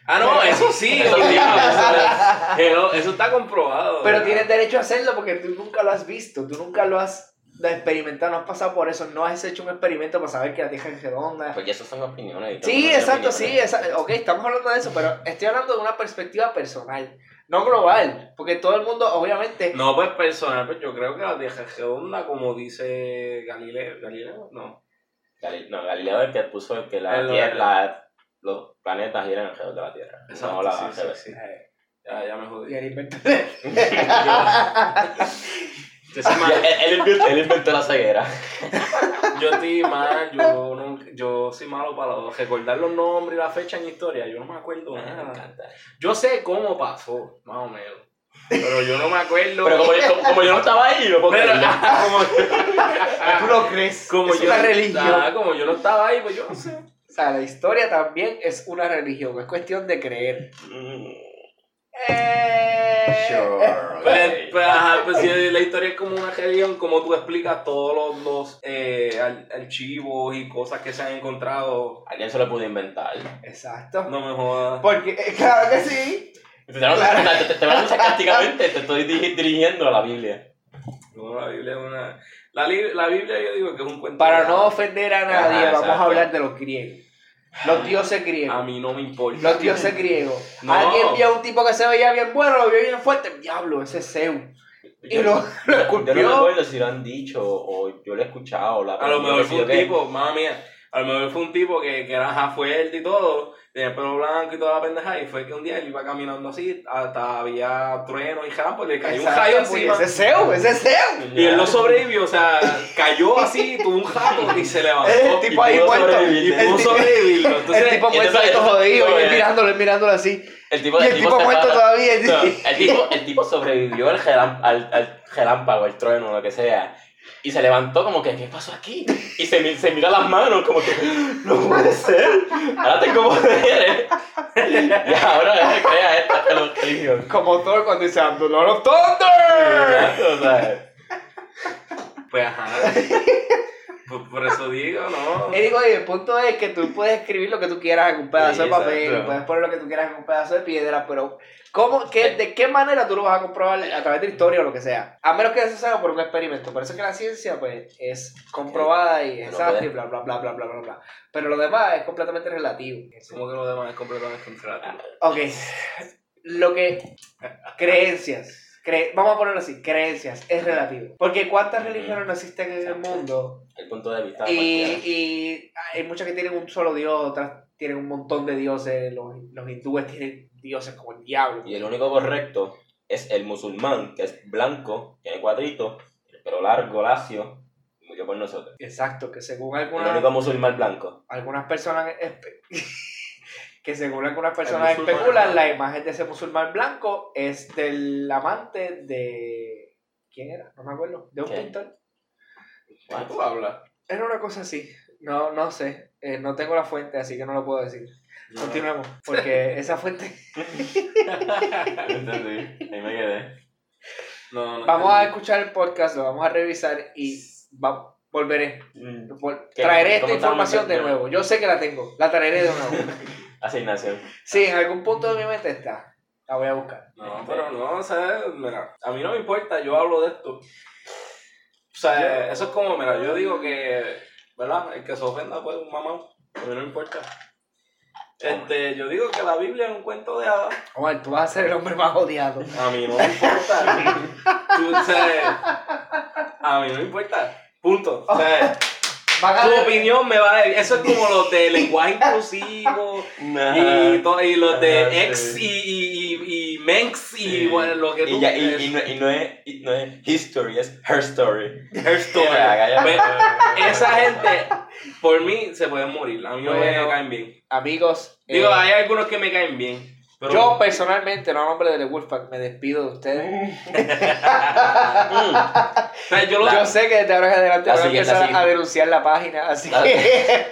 Ah, no, eso sí,
Eso sí,
obligado, eso, es- eso- eso está comprobado.
Pero
¿verdad?
tienes derecho a hacerlo porque tú nunca lo has visto, tú nunca lo has experimentado, no has pasado por eso, no has hecho un experimento para saber que la teja es redonda.
Porque esas son opiniones. Pues, yo no
Sí,
tengo
exacto,
opiniones.
sí, esa- ok, estamos hablando de eso, pero estoy hablando de una perspectiva personal, no global, porque todo el mundo, obviamente,
No, pues personal, pues yo creo que la tierra es redonda, como dice Galileo. ¿Galileo? No.
Galileo, no, Galileo es el que puso que
Ah,
la
lo-
Tierra, la- los planetas giran alrededor de la Tierra.
Exacto,
no la
sí, sí,
al revés.
sí. Ya, ya me
y
jodí.
el invento-
Yo soy
Ya,
mal-
Él, él inventó, él inventó la ceguera.
yo estoy mal, yo, nunca- yo soy malo para recordar los nombres y la fecha en historia. Yo no me acuerdo
Ah, me
nada.
encanta.
Yo sé cómo pasó, más o menos. Pero yo no me acuerdo.
Pero como yo, como- como yo no estaba ahí, yo puedo
Pero,
creerlo.
ah, como,
tú lo crees,
como
es
yo,
una religión.
ah, como yo no estaba ahí, pues yo no sé.
O sea, la historia también es una religión, es cuestión de creer.
Mm,
Eh,
Sure.
Pues, pues, ajá, pues si la historia es como una religión, como tú explicas todos los, los, eh, ar- archivos y cosas que se han encontrado.
¿A quién se lo pudo inventar?
Exacto.
No me jodas.
Porque, eh, claro que sí.
Te, van a- te, te- te van a usar prácticamente, te estoy diri- dirigiendo a la Biblia.
No, la Biblia es una. La, li- la Biblia yo digo que es un cuento.
Para no ofender a nadie,
Ajá,
vamos
exacto.
a hablar de los griegos. Los dioses
A
griegos.
mí no me importa.
Los dioses griegos.
No.
Alguien vio a un tipo que se veía bien bueno, lo vio bien fuerte. Diablo, ese es Zeus. Y
Yo-
lo, lo
Yo no me
esculpió.
acuerdo si lo han dicho o yo lo he escuchado. La
A lo mejor
sí,
fue un
que-
tipo, mamá mía, a lo mejor fue un tipo que, que era ajá, fuerte y todo, tenía el pelo blanco y toda la pendeja, y fue que un día él iba caminando así, hasta había trueno y jambo, y le cayó un
Exacto,
rayo
pues,
encima.
Ese es Zeus, ese es Zeus.
Y él no sobrevivió, o sea, cayó así, tuvo un jato y se levantó.
El
y
tipo ahí
Ah, pudo
muerto.
sobrevivir,
y
el
pudo
tipo-
sobrevivirlo. Entonces,
El tipo
entonces,
muerto, todo
entonces,
jodido, y él
eh,
mirándolo, él mirándolo así.
El tipo,
Y el tipo
se
muerto
para-
todavía.
No, el, tipo, el tipo sobrevivió al, gelám- al, al gelámpago, el trueno, lo que sea. Y se levantó como que, ¿qué pasó aquí? Y se, mi- se mira las manos como que, no puede ser. Ahora tengo poderes. Y ahora eh, crea esta religión.
Como Thor cuando dice I'm the Lord of Thunder.
O sea,
pues ajá. Por, por eso digo, no.
Y digo, oye, el punto es que tú puedes escribir lo que tú quieras en un pedazo
Sí,
de papel,
exacto.
puedes poner lo que tú quieras en un pedazo de piedra, pero ¿cómo, qué, ¿de qué manera tú lo vas a comprobar a través de historia o lo que sea? A menos que eso sea por un experimento. Por eso es que la ciencia, pues, es comprobada y
Pero
exacta y
puedes-
bla, bla, bla, bla, bla, bla, bla. Pero lo demás es completamente relativo.
Como que lo demás es completamente contrario.
Ok. Lo que. Creencias. Cre- Vamos a ponerlo así: creencias. Es relativo. Porque cuántas religiones no existen en el mundo.
el punto de vista.
Y,
cualquiera.
y hay muchas que tienen un solo dios, otras tienen un montón de dioses. Los, los hindúes tienen dioses como el diablo.
Y el único correcto es el musulmán, que es blanco, tiene cuadrito, el pelo largo, lacio, y murió por nosotros.
Exacto, que según
El
algunas,
único musulmán blanco.
algunas personas. espe- que según algunas personas
musulmán
especulan,
blanco.
la imagen de ese musulmán blanco es del amante de. ¿Quién era? No me acuerdo. De un
¿Quién?
pintor.
¿Qué tú hablas?
Era una cosa así. No, no sé. Eh, no tengo la fuente, así que no lo puedo decir. Continuemos, porque esa fuente.
Entendí, ahí me quedé.
No, no.
Vamos a escuchar el podcast, lo vamos a revisar y va- volveré. Vol-
¿Qué?
Traeré esta
¿Cómo estamos
información de
de-
nuevo. Yo sé que la tengo, la traeré de nuevo.
Asignación.
Sí, en algún punto de mi mente está. La voy a buscar.
No,
Este,
pero no, o sea, mira, a mí no me importa, yo hablo de esto. O sea, eso es como, mira, yo digo que, ¿verdad? El que se ofenda pues un mamá, a mí no me importa. Este, yo digo que la Biblia es un cuento de hadas.
Omar, tú vas a ser el hombre más odiado.
A mí no me importa. Tú, o sea, a mí no me importa. Punto. O sea,
Va a
Tu
ganar-
opinión me va a... Eso es como los de lenguaje inclusivo y, to- y los de
Ajá,
ex
sí.
y, y, y, y menx y
Sí.
bueno, lo que tú
y, ya- y,
quieras.
y, no, y no es, y no es history, es her story.
Her story. Ve, Pues, Esa gente, por mí, se pueden morir. A mí no
Bueno.
me caen bien.
Amigos, eh,
Digo, hay algunos que me caen bien. Pero
yo personalmente, no a nombre de The Wolfpack, me despido de ustedes.
o sea, yo lo-
Yo sé que de ahora en adelante
La
van a
siguiente,
empezar
la siguiente.
a denunciar la página, así
La-
que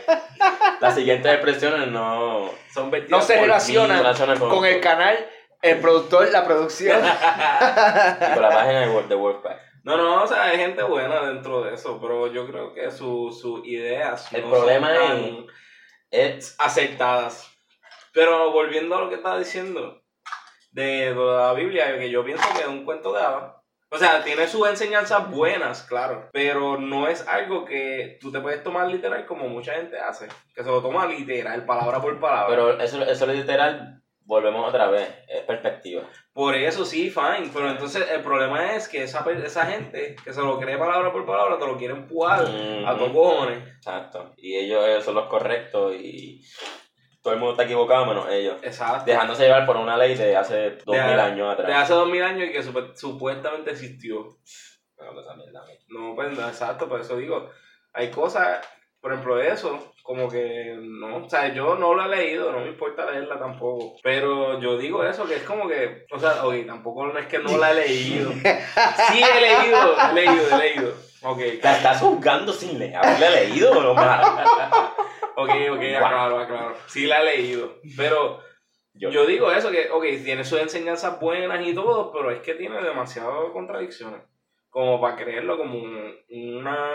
Las siguientes expresiones no.
son vestidos
no se
por-
relacionan
mí, relacionan con-
con el canal, el productor, la producción.
y Con la página de Wor- de Wolfpack.
No, no, o sea, hay gente buena dentro de eso, pero yo creo que sus su ideas
El
no
problema
son
es-
tan
Es
aceptadas. Pero volviendo a lo que estaba diciendo de la Biblia, que yo pienso que es un cuento de hadas. O sea, tiene sus enseñanzas buenas, claro, pero no es algo que tú te puedes tomar literal como mucha gente hace, que se lo toma literal, palabra por palabra.
Pero eso, eso literal, volvemos otra vez, es perspectiva.
Por eso sí, fine. Pero entonces el problema es que esa, pe- esa gente que se lo cree palabra por palabra te lo quiere empujar a
Ujú,
tus cojones.
Mm-hmm. Exacto. Y ellos eh, son los correctos y todo el mundo está equivocado menos ellos.
Exacto.
Dejándose llevar por una ley de hace dos
De-
mil años
De
atrás.
hace dos mil años y que supe- supuestamente existió.
No, pues, esa mierda, mierda.
No, pues no, exacto, por eso digo. Hay cosas, por ejemplo, eso, como que no. O sea, yo no la he leído, no me importa leerla tampoco. Pero yo digo eso, que es como que. O sea, oye, tampoco no es que no la he leído. Sí, he leído, he leído, he leído. Ok,
La estás juzgando sin leer. Haberla leído, no más.
Ok, ok,
Guau.
aclaro, aclaro. Sí la he leído. Pero
Yo-
yo digo eso, que ok, tiene sus enseñanzas buenas y todo, pero es que tiene demasiadas contradicciones. Como para creerlo como un- una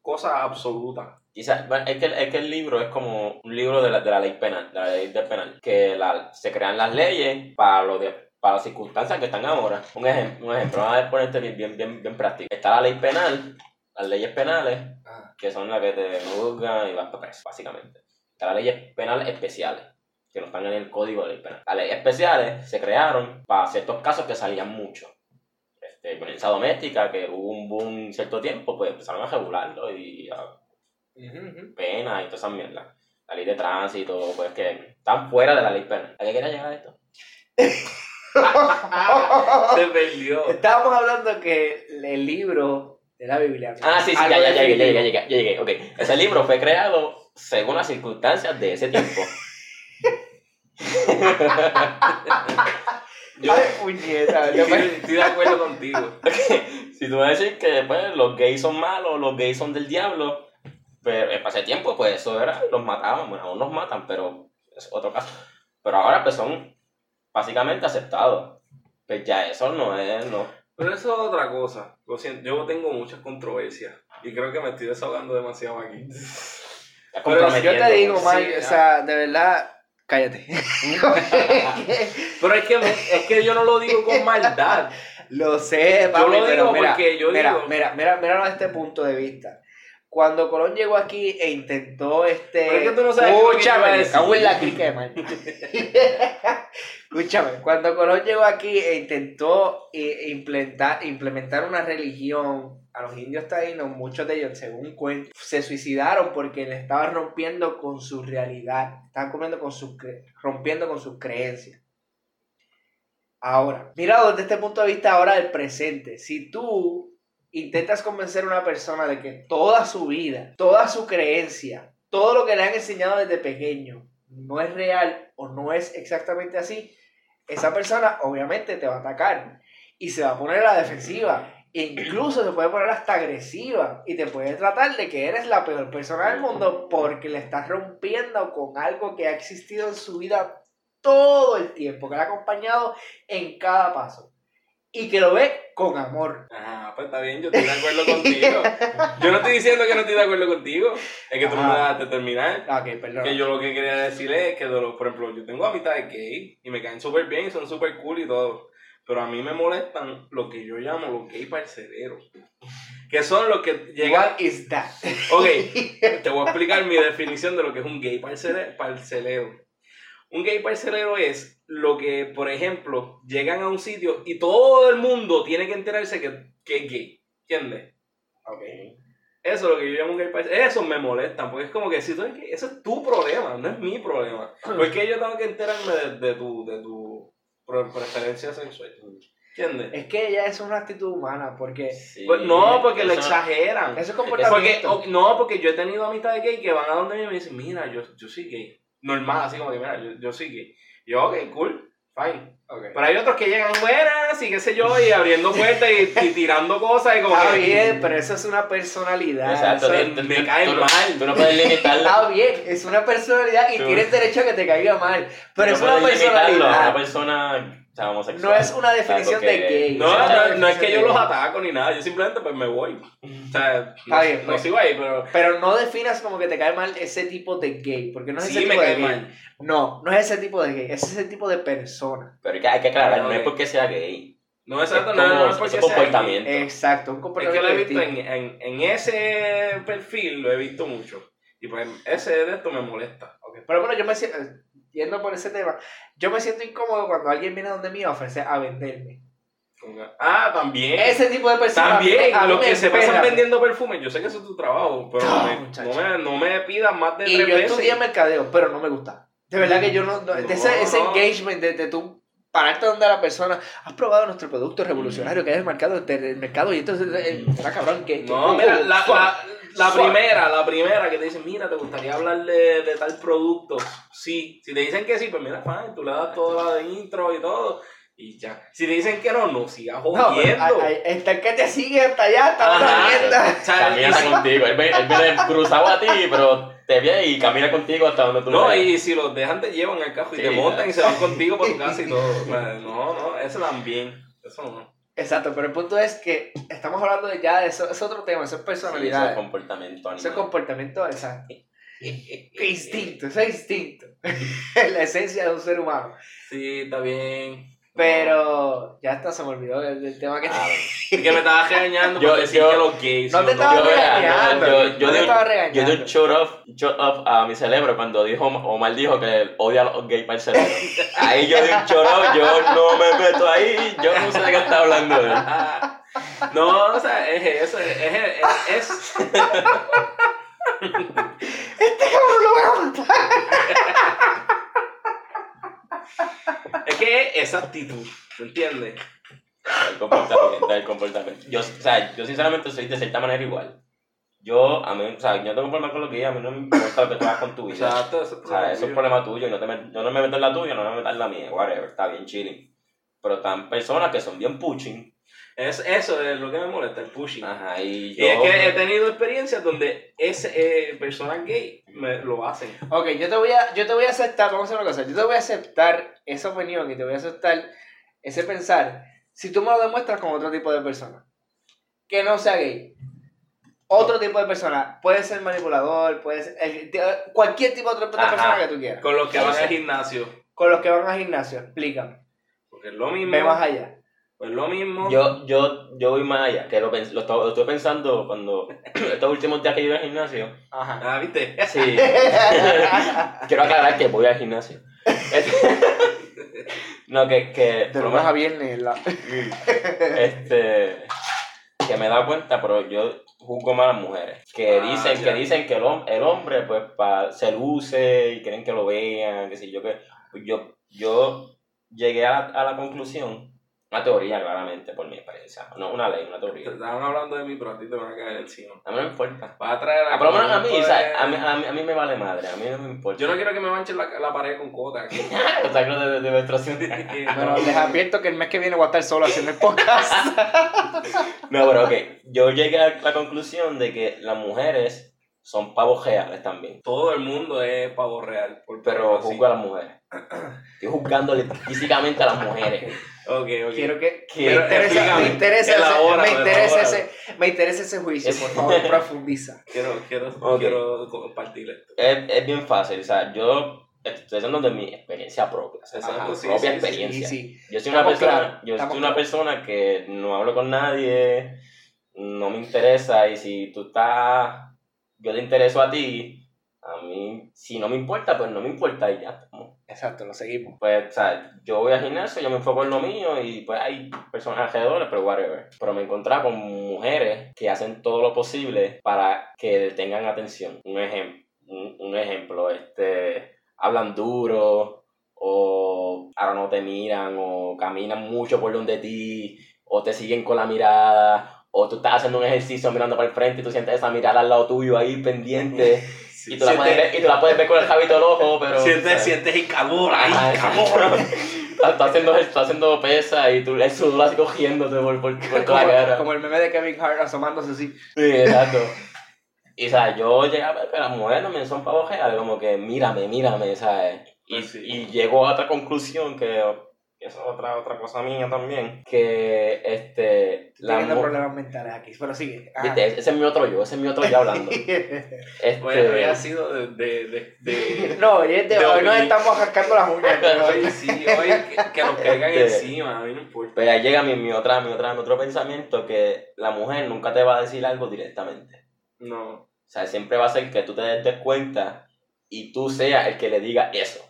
cosa absoluta.
Quizás, bueno, es que, es que el libro es como un libro de la, de la ley penal, de la ley del penal, que la- se crean las leyes para lo de para las circunstancias que están ahora. Un ejemplo, un ejemplo, vamos a ponerte bien, bien, bien, bien práctico. Está la ley penal, las leyes penales,
Ah.
que son las que te juzgan y vas para preso, básicamente. Está las leyes penales especiales, que no están en el código de ley penal. Las leyes especiales se crearon para ciertos casos que salían mucho este, violencia doméstica, que hubo un boom cierto tiempo, pues empezaron a regularlo y a pena y todas esas mierdas. La ley de tránsito, pues que están fuera de la ley penal. ¿A qué quería llegar esto?
Ah,
Se perdió.
Estábamos hablando que el libro de la Biblia.
Ah, sí, sí, ya,
algo
ya, ya llegué, ya
definitivo.
llegué, ya llegué, ya llegué, ok. Ese libro fue creado según las circunstancias de ese tiempo.
Yo
Ay, puñeta, yo
estoy,
me-
estoy de acuerdo contigo.
si tú vas a decir que pues, los gays son malos, los gays son del diablo, pero eh, para ese tiempo, pues eso era, los mataban, bueno, aún los matan, pero es otro caso. Pero ahora, pues son básicamente aceptados. Pues ya eso no es, no.
Pero eso es otra cosa. Lo siento, yo tengo muchas controversias. Y creo que me estoy desahogando demasiado aquí.
es
Pero yo te
comprometiendo,
digo,
pues.
Mike,
sí,
o sea, de verdad, cállate.
Pero es que, es que yo no lo digo con maldad.
Lo sé, papi,
yo lo
pero
digo
mira,
porque yo
mira,
digo.
mira, mira, míralo desde este punto de vista. Cuando Colón llegó aquí e intentó este.
Pero es que tú no sabes qué es lo que yo iba
Escúchame,
a
me
decir.
cago en la crica de Mike. Escúchame, cuando Colón llegó aquí e intentó eh, implementar, implementar una religión a los indios taínos, muchos de ellos, según cuentan, se suicidaron porque le estaban rompiendo con su realidad, estaban comiendo con sus cre- rompiendo con sus creencias. Ahora, mirado desde este punto de vista ahora del presente, si tú intentas convencer a una persona de que toda su vida, toda su creencia, todo lo que le han enseñado desde pequeño no es real o no es exactamente así, esa persona obviamente te va a atacar y se va a poner a la defensiva. E incluso se puede poner hasta agresiva y te puede tratar de que eres la peor persona del mundo porque le estás rompiendo con algo que ha existido en su vida todo el tiempo, que la ha acompañado en cada paso y que lo ve con amor.
Ajá, pues está bien, yo estoy de acuerdo contigo. Yo no estoy diciendo que no estoy de acuerdo contigo. Es que tú no me
Ajá.
dejaste terminar.
Ah, Ok, perdón.
Que yo lo que quería decir es que, de los- por ejemplo, yo tengo amistades gay y me caen súper bien y son súper cool y todo. Pero a mí me molestan lo que yo llamo los gay parceleros. Que son los que llegan.
What is that?
Ok, te voy a explicar mi definición de lo que es un gay parcele- parcelero. Un gay parcelero es lo que, por ejemplo, llegan a un sitio y todo el mundo tiene que enterarse que, que es gay. ¿Entiendes?
Ok.
Eh, Eso es lo que yo llamo un gay pride. Eso me molesta, porque es como que si tú ese es tu problema, no es mi problema. Porque yo tengo que enterarme de, de tu, de tu pre- preferencia sexual. ¿Entiendes?
Es que ya eso es una actitud humana, porque
Sí.
Pues no, porque lo
Eso-
exageran.
ese
Porque,
comportamiento.
o- no, porque yo he tenido amistades gay que van a donde mí y me dicen, mira, yo, yo soy gay. Normal, así como que, mira, yo, yo soy gay. Y Yo, ok, cool, fine.
Ok.
Pero hay otros que llegan buenas y qué sé yo, y abriendo puertas y, y tirando cosas y como
Está
que-
bien, pero eso es una personalidad.
Exacto,
eso-
tú-
tú-
me
tú-
cae
tú no-
mal.
Tú no puedes limitarlo.
Está bien, es una personalidad y
Tú-
tienes derecho a que te caiga mal, pero
no
es una
puedes limitarlo a Una
personalidad.
persona o sea, homosexual.
No es una definición
Claro
de
que-
gay.
No,
es una
no, no es
definición
que
de
yo
gay.
los ataco ni nada, yo simplemente pues me voy. O sea, no,
Está bien,
no
pues.
sigo ahí, pero
Pero no definas como que te cae mal ese tipo de gay, porque no es
sí
ese
me
tipo de
cae
gay.
mal.
No, no es ese tipo de gay, es ese tipo de persona.
Pero hay que, hay que aclarar, no
Ok.
es porque sea gay.
No, exacto,
es
no, no, no,
como-
es porque
es
sea gay.
comportamiento.
Exacto, un
Es que
comportamiento
lo he visto
distinto.
en, en, en ese perfil, lo he visto mucho. Y pues ese de esto me molesta.
Ok, Por lo menos yo me siento, yendo por ese tema, yo me siento incómodo cuando alguien viene donde mí a ofrecer a venderme.
Como que, Ah, también.
Ese tipo de personas.
También,
a mí
los
me
que se pasan
emperran.
vendiendo perfumes, yo sé que eso es tu trabajo, pero
No,
me-
muchacho.
no, me, no me pidas más de
Y
tres
yo estudié
veces.
mercadeo, pero no me gusta. De verdad que yo no. no- de ese,
No,
ese
no.
engagement de, de tú pararte donde la persona. Has probado nuestro producto revolucionario que es el mercado del del mercado y entonces eh, está cabrón que.
No, mira, la, la, la
Suave.
primera, la primera que te dicen, mira, te gustaría hablar de, de tal producto. Sí, si te dicen que sí, pues mira, fan, tú le das toda la intro y todo, y ya. Si te dicen que no, no sigas
No, pero
jodiendo.
a- a- está el que te sigue hasta allá, hasta
Ajá.
la mierda.
O sea,
Camina
y si-
contigo. Él viene, él viene cruzado a ti, pero te ve y camina contigo hasta donde tú
No,
vayas.
y si los dejan te llevan al cajo y
Sí,
te montan
claro.
y se van contigo por tu casa y todo. O sea, No, no, eso también. Eso no.
Exacto, pero el punto es que estamos hablando de ya de eso, es otro tema, eso es
Sí, eso es
personalidad.
comportamiento
eso es
animal.
comportamiento, exacto. instinto, eso es instinto. la esencia de un ser humano.
Sí, está bien.
Pero ya hasta se me olvidó el, el tema que
Ah,
Y que me estabas regañando
Yo-
por decir
yo-
que los gays.
No te
los-
estaba
yo- yo-
regañando.
yo- yo-
no
yo
te
de-
estaba
Yo
regañando.
di un shut off, shut off a mi cerebro cuando dijo Omar dijo que odia a los gays para el cerebro. Ahí yo di un shut off, yo no me meto ahí, yo no sé de qué está hablando él.
Ah. No, o sea, es eso, es, es, es-
Este cabrón lo voy a matar.
es que es esa actitud, ¿me entiendes?
El comportamiento, el comportamiento. Yo, o sea, yo sinceramente soy de cierta manera igual. Yo, a mí, o sea, yo no tengo problema con lo que a mí no me importa lo que tú hagas con tu vida.
Exacto, eso
O sea, eso es un problema tuyo. y No te met- yo no me meto en la tuya, no me meto en la mía. Whatever, está bien chilling. Pero están personas que son bien pushing.
Es- eso es lo que me molesta, el pushing.
Ajá, y
Y
yo.
es que he tenido experiencias donde ese, eh, personas gay me, lo hacen.
Ok, yo te voy a, yo te voy a aceptar, vamos a hacer una cosa, yo te voy a aceptar esa opinión y te voy a aceptar ese pensar si tú me lo demuestras con otro tipo de persona. Que no sea gay. Otro tipo de persona. Puede ser manipulador, puede ser. el- te- cualquier tipo de otra otra
Ajá.
persona que tú quieras.
Con los que van
Sí, sí.
al gimnasio.
Con los que van al gimnasio, explícame.
Porque es lo mismo.
Ve más allá.
Pues lo mismo.
Yo, yo, yo voy más allá, que lo, pens- lo, estu- lo estuve pensando cuando estos últimos días que yo iba al gimnasio.
Ajá.
Ah, ¿viste?
Sí. Quiero aclarar que voy al gimnasio. Este- no, que, que
de
por lo
lunes a
menos-
viernes. la-
este que me he dado cuenta, pero yo juzgo más a las mujeres. Que
Ah,
dicen,
ya.
que dicen que el, hom- el hombre pues pa- se luce y quieren que lo vean, que sé yo que yo, yo llegué a la, a la conclusión, una teoría claramente por mi experiencia, no una ley, una
Te
teoría.
estaban hablando de mí, pero a ti te van a caer encima.
A mí no me importa.
Vas a traer
Ah, por lo menos a mí,
Pues,
o sea, a, mí, a, mí, a mí me vale madre, a mí no me importa.
Yo no quiero que me manchen la, la pared con cota. aquí.
Los sacros de, de menstruación.
Ah,
Bueno, les advierto que el mes que viene voy a estar solo haciendo el podcast.
No, pero ok, yo llegué a la conclusión de que las mujeres son pavos reales también.
Todo el mundo es pavo real. Por
pero
así.
juzgo a las mujeres. Estoy juzgándole físicamente a las mujeres.
Ok, ok.
Quiero que. Me
Que
Pero
interesa,
explícame,
me interesa, ese,
elabora,
me, interesa
elabora.
ese, me interesa ese juicio, por favor, profundiza.
Quiero, quiero,
Ok.
quiero compartir esto.
es, es bien fácil. O sea, yo estoy hablando de mi experiencia propia. o sea,
Exacto,
mi
Ah, sí,
propia
sí,
Ah, Sí,
experiencia.
sí.
Yo soy una
Estamos
persona,
claros,
yo
estamos
soy una persona que no hablo con nadie, no me interesa. Y si tú estás, yo te intereso a ti, a mí, si no me importa, pues no me importa y ya. como,
exacto, lo seguimos.
Pues, o sea, yo voy al gimnasio, yo me enfoco en lo mío y pues hay personas alrededor, pero whatever. Pero me encontraba con mujeres que hacen todo lo posible para que tengan atención. Un ejemplo, un, un ejemplo, este, hablan duro o ahora no te miran o caminan mucho por donde ti o te siguen con la mirada o tú estás haciendo un ejercicio mirando para el frente y tú sientes esa mirada al lado tuyo ahí pendiente.
Sí,
Y tú, la puedes ver, y tú la puedes ver con el hábito del ojo, pero...
Sientes,
¿sabes?
sientes el calor
Ajá,
ahí, calor.
Está, está haciendo, está haciendo pesa y tú el sudor así cogiéndote por, por, por toda la
Como,
cara.
como el meme de Kevin Hart asomándose así.
Sí, exacto. Y, o sea, yo llegaba, pero las mujeres también son pavojeas, como que mírame, mírame, ¿sabes? Y,
Pues sí.
y llego a otra conclusión que... que Esa es otra, otra cosa mía también. Que, este...
Estoy
La
teniendo
mu-
problemas mentales aquí, pero sigue. Ajá.
Viste, ese es mi otro yo, ese es mi otro yo hablando. Este,
Hoy hoy ha sido de... de, de, de-
No, y es de
De
hoy nos
hoy.
estamos arrancando las uñas. pero hoy-
Hoy sí, hoy que, que nos
Este.
caigan
De-
encima, a mí no importa.
Pero ahí llega mi, mi otra, mi otra, mi otro pensamiento que la mujer nunca te va a decir algo directamente.
No.
O sea, siempre va a ser que tú te des des cuenta y tú seas el que le diga eso.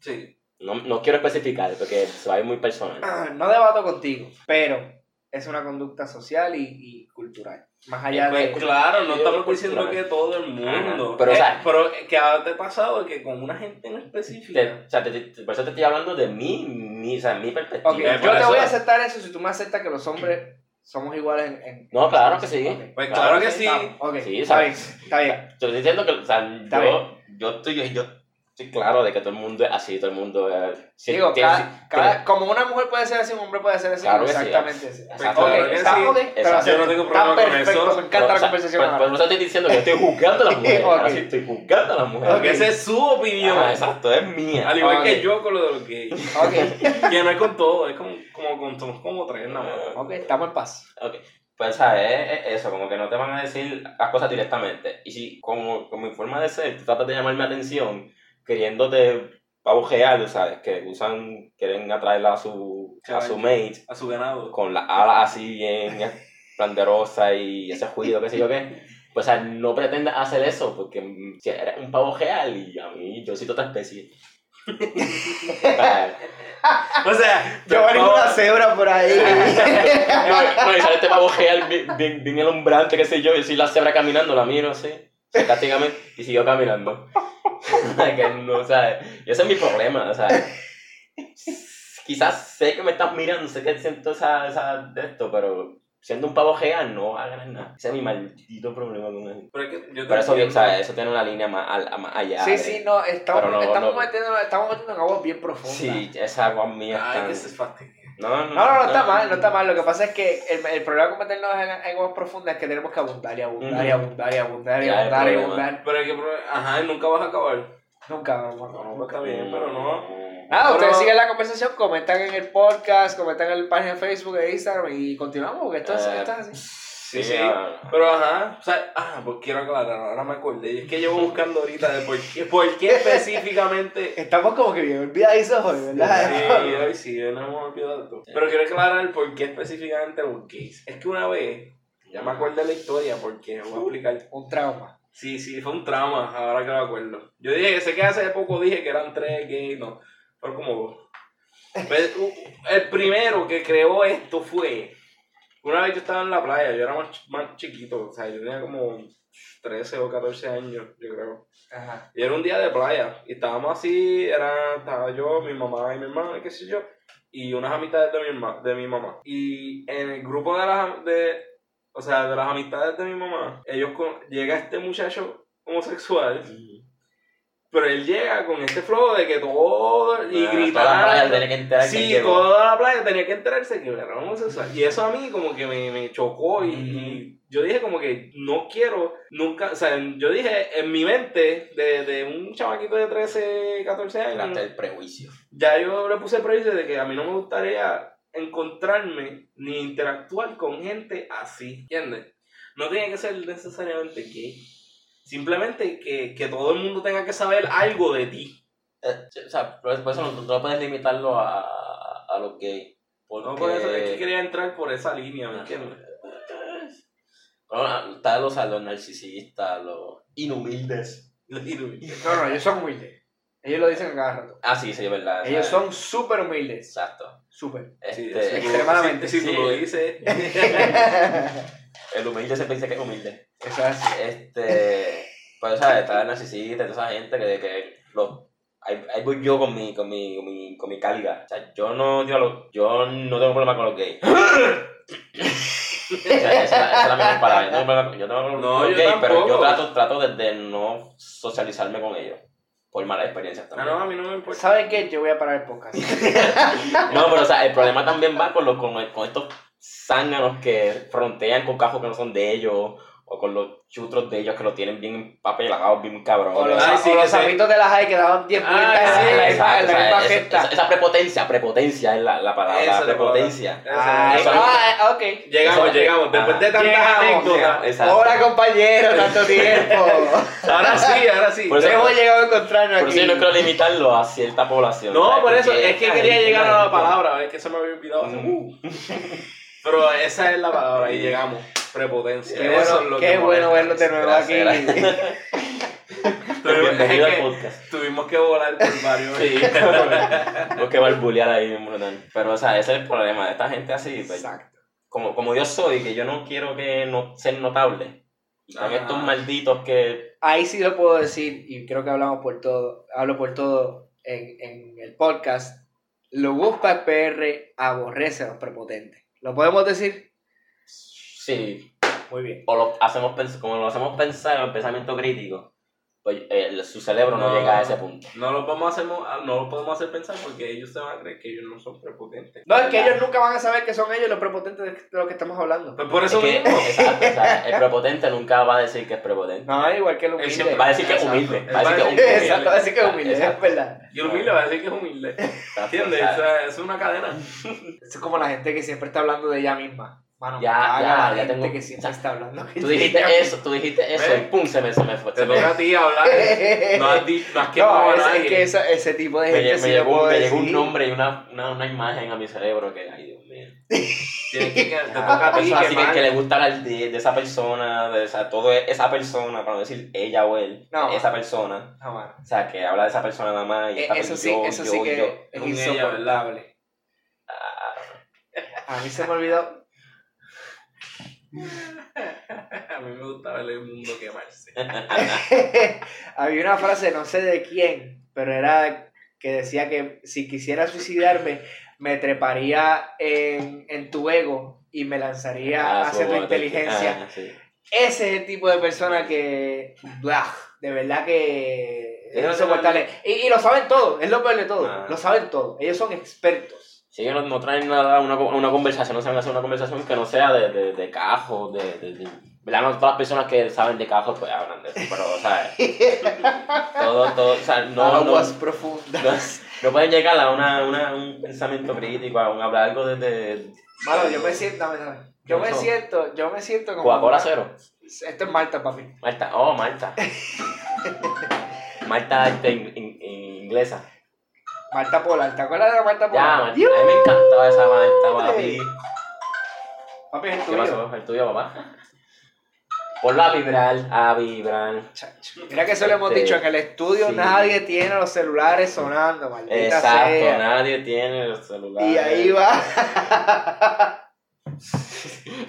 Sí.
No, no quiero especificar porque se va a ir muy personal.
Ah, No debato contigo, pero es una conducta social y, y cultural. Más allá
Pues,
de.
claro, no
yo
estamos
cultural.
diciendo que todo el mundo.
Ajá, pero, o
Eh,
sea-
pero que ha te ha pasado que con una gente en específico.
Te- o sea, te- te- por eso te estoy hablando de mi, mi, o sea, mi perspectiva.
Ok,
eh,
yo
por
te
eso-
voy a aceptar eso si tú me aceptas que los hombres somos iguales en. en-
No, claro que sí.
Ok.
Pues
Claro
claro que sí.
Estamos, ok,
Sí,
está bien,
sabes.
está bien.
Te estoy diciendo que, o sea,
Está
yo, yo, estoy, yo estoy claro de que todo el mundo es así, todo el mundo es... si-
Digo,
tiene-
cada- cada- como una mujer puede ser así, un hombre puede ser así.
Claro que sí.
exactamente así.
Pues claro
Ok,
que
está
sí.
ok, pero
Exacto.
Yo no tengo
está
problema con
perfecto,
eso.
me encanta la
o sea,
conversación.
Pues, pues
ahora.
no te estoy diciendo que estoy juzgando a las mujeres.
Ok.
ahora sí estoy juzgando a las mujeres.
Porque esa es su opinión.
Ajá, exacto, es mía.
Al igual
Ok.
que yo con lo de los gays.
pues,
Ok,
Que no es con todo, es con, como con somos como tres nada más.
ok, estamos en paz.
Pues, ¿sabes? Es- es Eso, como que no te van a decir las cosas directamente. Y si, como, con mi forma de ser, tú tratas de llamarme atención, queriéndote pavojear, ¿sabes? Que usan, quieren atraerla a su, a su mate
A su ganado.
con las alas así bien planderosa y ese juido, qué sé yo qué. Pues, o sea, no pretendas hacer eso, porque mm, si eres un pavojeal y a mí, yo soy de otra especie.
O sea,
cebra por ahí.
No, y sale este pavo real bien, bien, bien alumbrante, qué sé yo, y si la cebra caminando, la miro así, sarcásticamente, y siguió caminando. que no, o sea, y ese es mi problema, o sea, quizás sé que me estás mirando, sé que siento esa, esa de esto, pero siendo un pavo real no hagas nada. Ese es mi maldito problema con eso.
Pero, es que yo te
Pero eso, bien,
entiendo.
o sea, eso tiene una línea más, al- más allá.
Sí,
de-
sí, no, estamos,
Pero no,
estamos,
no.
Metiendo, estamos metiendo en aguas bien profundas.
Sí, esa agua mía
Ay, que se
está...
fastidia.
No, no,
No, no, no está mal, no está mal. Lo que pasa es que el, el problema con meternos en, en aguas profundas es que tenemos que abundar y abundar y
Ujú.
abundar y abundar y
Ya, el
abundar y
problema.
abundar.
Pero hay que probar- Ajá, nunca vas a acabar.
Nunca vamos a
No, no, está bien, pero no.
Nada,
Pero-
Ah, ustedes siguen la conversación, comentan en el podcast, comentan en la página de Facebook e Instagram y continuamos, porque esto es,
Eh,
esto es así.
Sí, sí.
ah.
Pero ajá, o sea, ah, pues quiero aclarar, ahora me acordé. Y es que llevo buscando ahorita de por qué, por qué específicamente.
Estamos como que bien olvidadizos hoy,
Sí, hoy sí, hoy nos hemos olvidado de todo. Pero quiero aclarar el por qué específicamente los gays. Es que una vez, ya me acordé de la historia porque voy a explicar.
Un trauma.
Sí, sí, fue un trauma, ahora que lo acuerdo. Yo dije, sé que hace poco dije que eran tres gays, no, fueron como dos. Pues, u- el primero que creó esto fue, una vez yo estaba en la playa, yo era más, ch- más chiquito, o sea, yo tenía como 13 o 14 años, yo creo.
Ajá.
Y era un día de playa, y estábamos así, era, estaba yo, mi mamá y mi hermana, qué sé yo, y unas amistades de mi, herma- de mi mamá. Y en el grupo de las, de, o sea, de las amistades de mi mamá, ellos con- llega este muchacho homosexual, pero él llega con este flow de que todo y
Ah, todas las playas
gritar.
tienen que enterar que
Sí,
llegó.
toda la playa tenía que enterarse que era homosexual. Y eso a mí como que me, me chocó y, y yo dije como que no quiero nunca, o sea, yo dije en mi mente de, de un chamaquito de 13, 14 años,
Hasta el prejuicio.
ya yo le puse prejuicio de que a mí no me gustaría encontrarme ni interactuar con gente así, ¿entiendes? No tiene que ser necesariamente gay. Simplemente que, que todo el mundo tenga que saber algo de ti.
Eh, o sea, por por eso no, no puedes limitarlo a, a los gays. Porque...
No por eso es que quería entrar por esa línea, ¿me entiendes?
Bueno, está los, a los narcisistas, los inhumildes.
Lo digo.
No, no, yo soy humilde. Ellos lo dicen a cada rato.
Ah, sí, sí, es verdad.
Ellos
¿sabes?
son súper humildes.
Exacto.
Súper.
Sí,
Este,
si tú-
extremadamente,
Si, si
sí.
tú lo dices.
El humilde siempre dice que es humilde.
Eso es así.
Este. Pues, ¿sabes? Está el narcisista, y toda esa gente que. que los, ahí, ahí voy yo con mi, con, mi, con, mi, con mi carga. O sea, yo no, yo, lo- yo no tengo problema con los gays. O sea, esa, es la- esa es la mejor palabra. Yo tengo problema con- Yo tengo problema
No,
con
yo
los gays, pero yo
tampoco.
trato, trato de, de no socializarme con ellos. Por malas experiencias
Ah,
también.
no, a mí no me importa.
¿Sabes qué? Yo voy a parar el podcast.
No, pero o sea, el problema también va con, los, con, el- con estos zánganos que frontean con cajos que no son de ellos, o con los chutros de ellos que lo tienen bien papelados, bien cabrón.
O los,
Ay,
o
sí,
los
que se-
zapitos de la high que daban 10
Ah,
vueltas en
sí,
la- en la misma- en la misma
esa,
jeta.
esa- esa prepotencia, prepotencia es la, la palabra,
Esa es la
prepotencia.
Ay,
esa-
ah, ok.
Llegamos,
esa-
llegamos. Después de tantas
Llegamos,
anécdotas.
Exacto.
Hola compañero, tanto tiempo.
Ahora sí, ahora sí.
Por eso-
Hemos llegado a encontrarnos
Por
aquí.
eso yo no quiero limitarlo a cierta población.
No,
¿sabes?
por eso
Porque
es que
esta
quería
gente,
llegar
esta
a la
gente-
palabra, es que se me había olvidado. hace-
Mm.
Pero esa es la palabra y llegamos. Prepotencia.
Qué
Eso es
bueno,
lo
qué
que
bueno
molesta.
verlos de nuevo
Gracias,
aquí.
Tuvimos- es
Bienvenido al
que
podcast.
Tuvimos que volar por varios.
Sí, tengo que barbulear ahí, bien brutal. Pero, o sea, ese es el problema de esta gente así. pues,
Exacto.
como, como yo soy, que yo no quiero que no, ser notable. Y Están
Ah.
estos malditos que.
Ahí sí lo puedo decir, y creo que hablamos por todo, hablo por todo en, en el podcast. Los Wolfpack PR aborrece a los prepotentes. ¿Lo podemos decir?
Sí.
Muy bien.
O lo hacemos pens- como lo hacemos pensar en el pensamiento crítico. Pues eh, su cerebro no,
No.
llega a ese punto.
No lo podemos hacer, mo- ah, no lo podemos hacer pensar porque ellos se van a creer que ellos no son prepotentes.
No, es que ellos nunca van a saber que son ellos los prepotentes de los que estamos hablando.
Pues por
Es
eso
que-
mismo.
exacto, o sea, el prepotente nunca va a decir que es prepotente.
No, igual que los
Él
humilde.
siempre
Va a decir que es
Exacto.
humilde.
Él
Va a decir que es humilde.
Exacto, así que es humilde, es
Exacto.
verdad.
Y humilde va a decir que es humilde. ¿Entiendes? O sea, es una cadena.
Es como la gente que siempre está hablando de ella misma. Mano,
Ya,
me caga
ya,
la
ya
gente
tengo-
que siempre
o sea,
está hablando. de
Tú dijiste
ella
eso, tú dijiste eso
Ve.
y pum, se me, se me fue.
Te
se me-
toca a ti hablar.
misma.
No has, di- no has quemado
No,
a
es,
nadie.
es que esa- ese tipo de
me,
gente
lle-
sí
me
lo
llegó,
puedo
me llegó un
decir.
nombre y una, una, una imagen a mi cerebro que, ay Dios mío.
Tienes que- te toca
Ah,
a ti
así que,
quemar.
que le gusta hablar de, de esa persona, de esa, todo e- esa persona, para no decir ella o él,
No.
esa persona.
No, mano.
O sea, que habla de esa persona nada más. Y
Eh,
esta
Ah, Eso
per-
sí,
Ah, yo,
eso
yo,
sí que
yo.
es
con ella, ¿verdad?
insoportable.
Ah,
A mí se me olvidó.
A mí me gusta ver el mundo quemarse.
Había una frase, no sé de quién, pero era que decía que si quisiera suicidarme, me treparía en, en tu ego y me lanzaría
ah,
hacia
su-
tu inteligencia.
ah, sí.
Ese es el tipo de persona que. blah, de verdad que. Es
Ellos no
insoportable. Y, y lo saben todo, es lo peor de todo.
Ah.
Lo saben todo. Ellos son expertos.
Si ellos no, no traen nada a una, co- a una conversación, no saben hacer una conversación que no sea de, de, de cajos, de, de, de- ¿Verdad? No todas las personas que saben de cajos pues hablan de eso, pero, o sea, eh, todo, todo, o sea, no, no,
Aguas profundas.
no, no pueden llegar a una, una, un pensamiento crítico, a un, hablar algo desde... De,
Mano, yo me siento. dame, dame. Yo
¿Qué
me
pasó?
siento, yo me siento como.
Coca-Cola cero.
Esto es Marta, papi.
Marta, oh, Marta. Marta este, in- in- in- inglesa.
Marta Polar. ¿Te acuerdas de la Marta
Ya,
Polar?
Marta, a mí me encantaba esa Marta, papi.
Papi, es el
¿Qué
tuyo.
pasó? El tuyo, papá. Ponla a vibrar, a vibrar.
Chacho. Mira que eso le hemos
Este,
dicho, que en el estudio
sí.
nadie tiene los celulares sonando, maldita
Exacto,
sea.
nadie tiene el celular.
Y ahí va.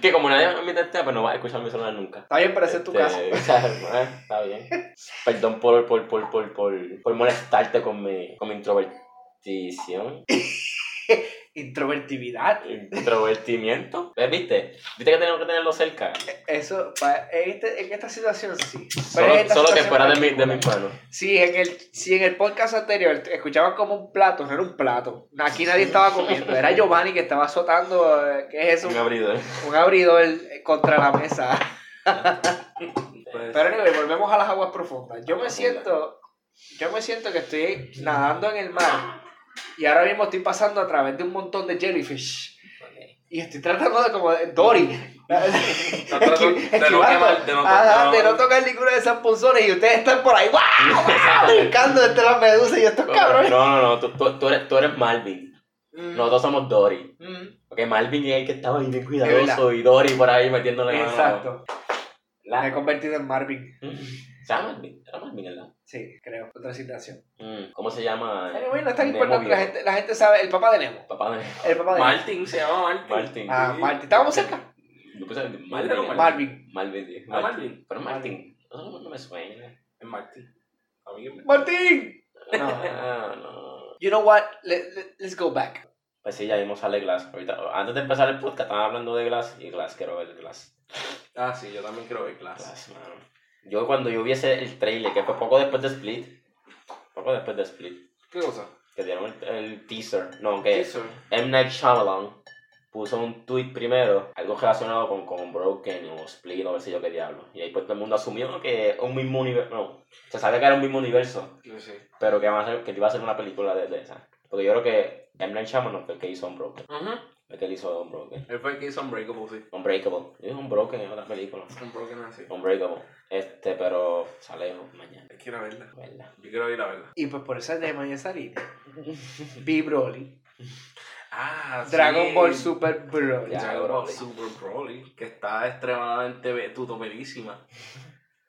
Que como nadie me mete este, pues no vas a escuchar mi celular nunca.
Está bien, pero ese es tu
Este,
caso.
bueno, Está bien. Perdón por, por, por, por, por, por molestarte con mi, con mi introvertición.
Introvertibilidad.
Introvertimiento. ¿Ves? ¿Viste? ¿Viste que tenemos que tenerlo cerca?
Eso, pa- en, este- en esta situación sí. Pero
Solo,
en esta
solo que
situación
fuera de mi, de
particular.
mis manos.
Sí, en el, sí, en el podcast anterior te- escuchaban como un plato, no era un plato. Aquí nadie estaba comiendo, era Giovanni que estaba azotando, eh, ¿qué es eso?
Un abridor.
Un abridor eh, contra la mesa.
Pues,
Pero anyway, volvemos a las aguas profundas. Yo me siento, yo me siento que estoy nadando en el mar y ahora mismo estoy pasando a través de un montón de jellyfish. Y estoy tratando de como de- Dory.
no trato
Esqui-
de no
esquivar,
quemar, de no to-
Ajá,
no-
de no tocar ninguna de esas punzones y ustedes están por ahí, ¡guau! Brincando entre las medusas y estos
No,
cabrones.
no, no, tú, tú, tú eres, tú eres Malvin. Nosotros somos Dory.
Mm,
Porque Malvin es el que estaba ahí bien
Es
cuidadoso y Dory por ahí metiéndole mano. Mm,
Exacto. Me he
La-
convertido en Marvin.
Se llama Melvin, era Melvin, ¿verdad?
Sí, creo. Otra citación.
Mm, ¿Cómo se llama?
Anyway, no es tan
Nemo
importante. pues, La
viejo.
gente, la gente sabe. El papá de Nemo.
Papá de
El papá de Nemo.
Martin se llama Martin.
Martin.
Ah, Martin. Estábamos cerca.
Yo puse Marvin.
Marvin o
Marvin.
Marvin.
Marvin,
Ah,
sí. Martin.
Martin.
Pero Martin. No, no me suena.
Es Martin. A mí que me-
Martín. No.
Ah, no.
You know what? Let- let- let's go back.
Pues sí, ya vimos sale Glass. Ahorita, antes de empezar el podcast, estaban hablando de Glass y Glass, quiero ver Glass.
Ah, sí, yo también quiero ver clase.
Glass, mano. Yo cuando yo viese el trailer, que fue poco después de Split, poco después de Split,
¿Qué cosa?
que dieron el, el teaser, no,
Eh.
que
Eso.
M. Night Shyamalan puso un tweet primero, algo relacionado con, con Broken o Split o qué sé yo qué diablo. Y ahí pues todo el mundo asumió que un mismo universo, no, se sabía que era un mismo universo,
Yo sé.
pero que, van a hacer- que iba a ser una película de, de esa. Porque yo creo que M. Night Shyamalan fue el que hizo Unbroken,
Ajá.
el que él hizo Unbroken.
Él fue el que hizo Unbreakable, sí.
Unbreakable, yo dije Unbroken es otra película.
Unbroken así.
Unbreakable, este, pero sale mañana,
Quiero verla.
¿verdad?
Yo quiero ir a verla.
Y pues por esa tema ya salí. B. Broly.
Ah,
Dragon
sí.
Ball Super Broly.
Ya,
Dragon Ball
Broly.
Super Broly. Que está extremadamente be- tutoperísima.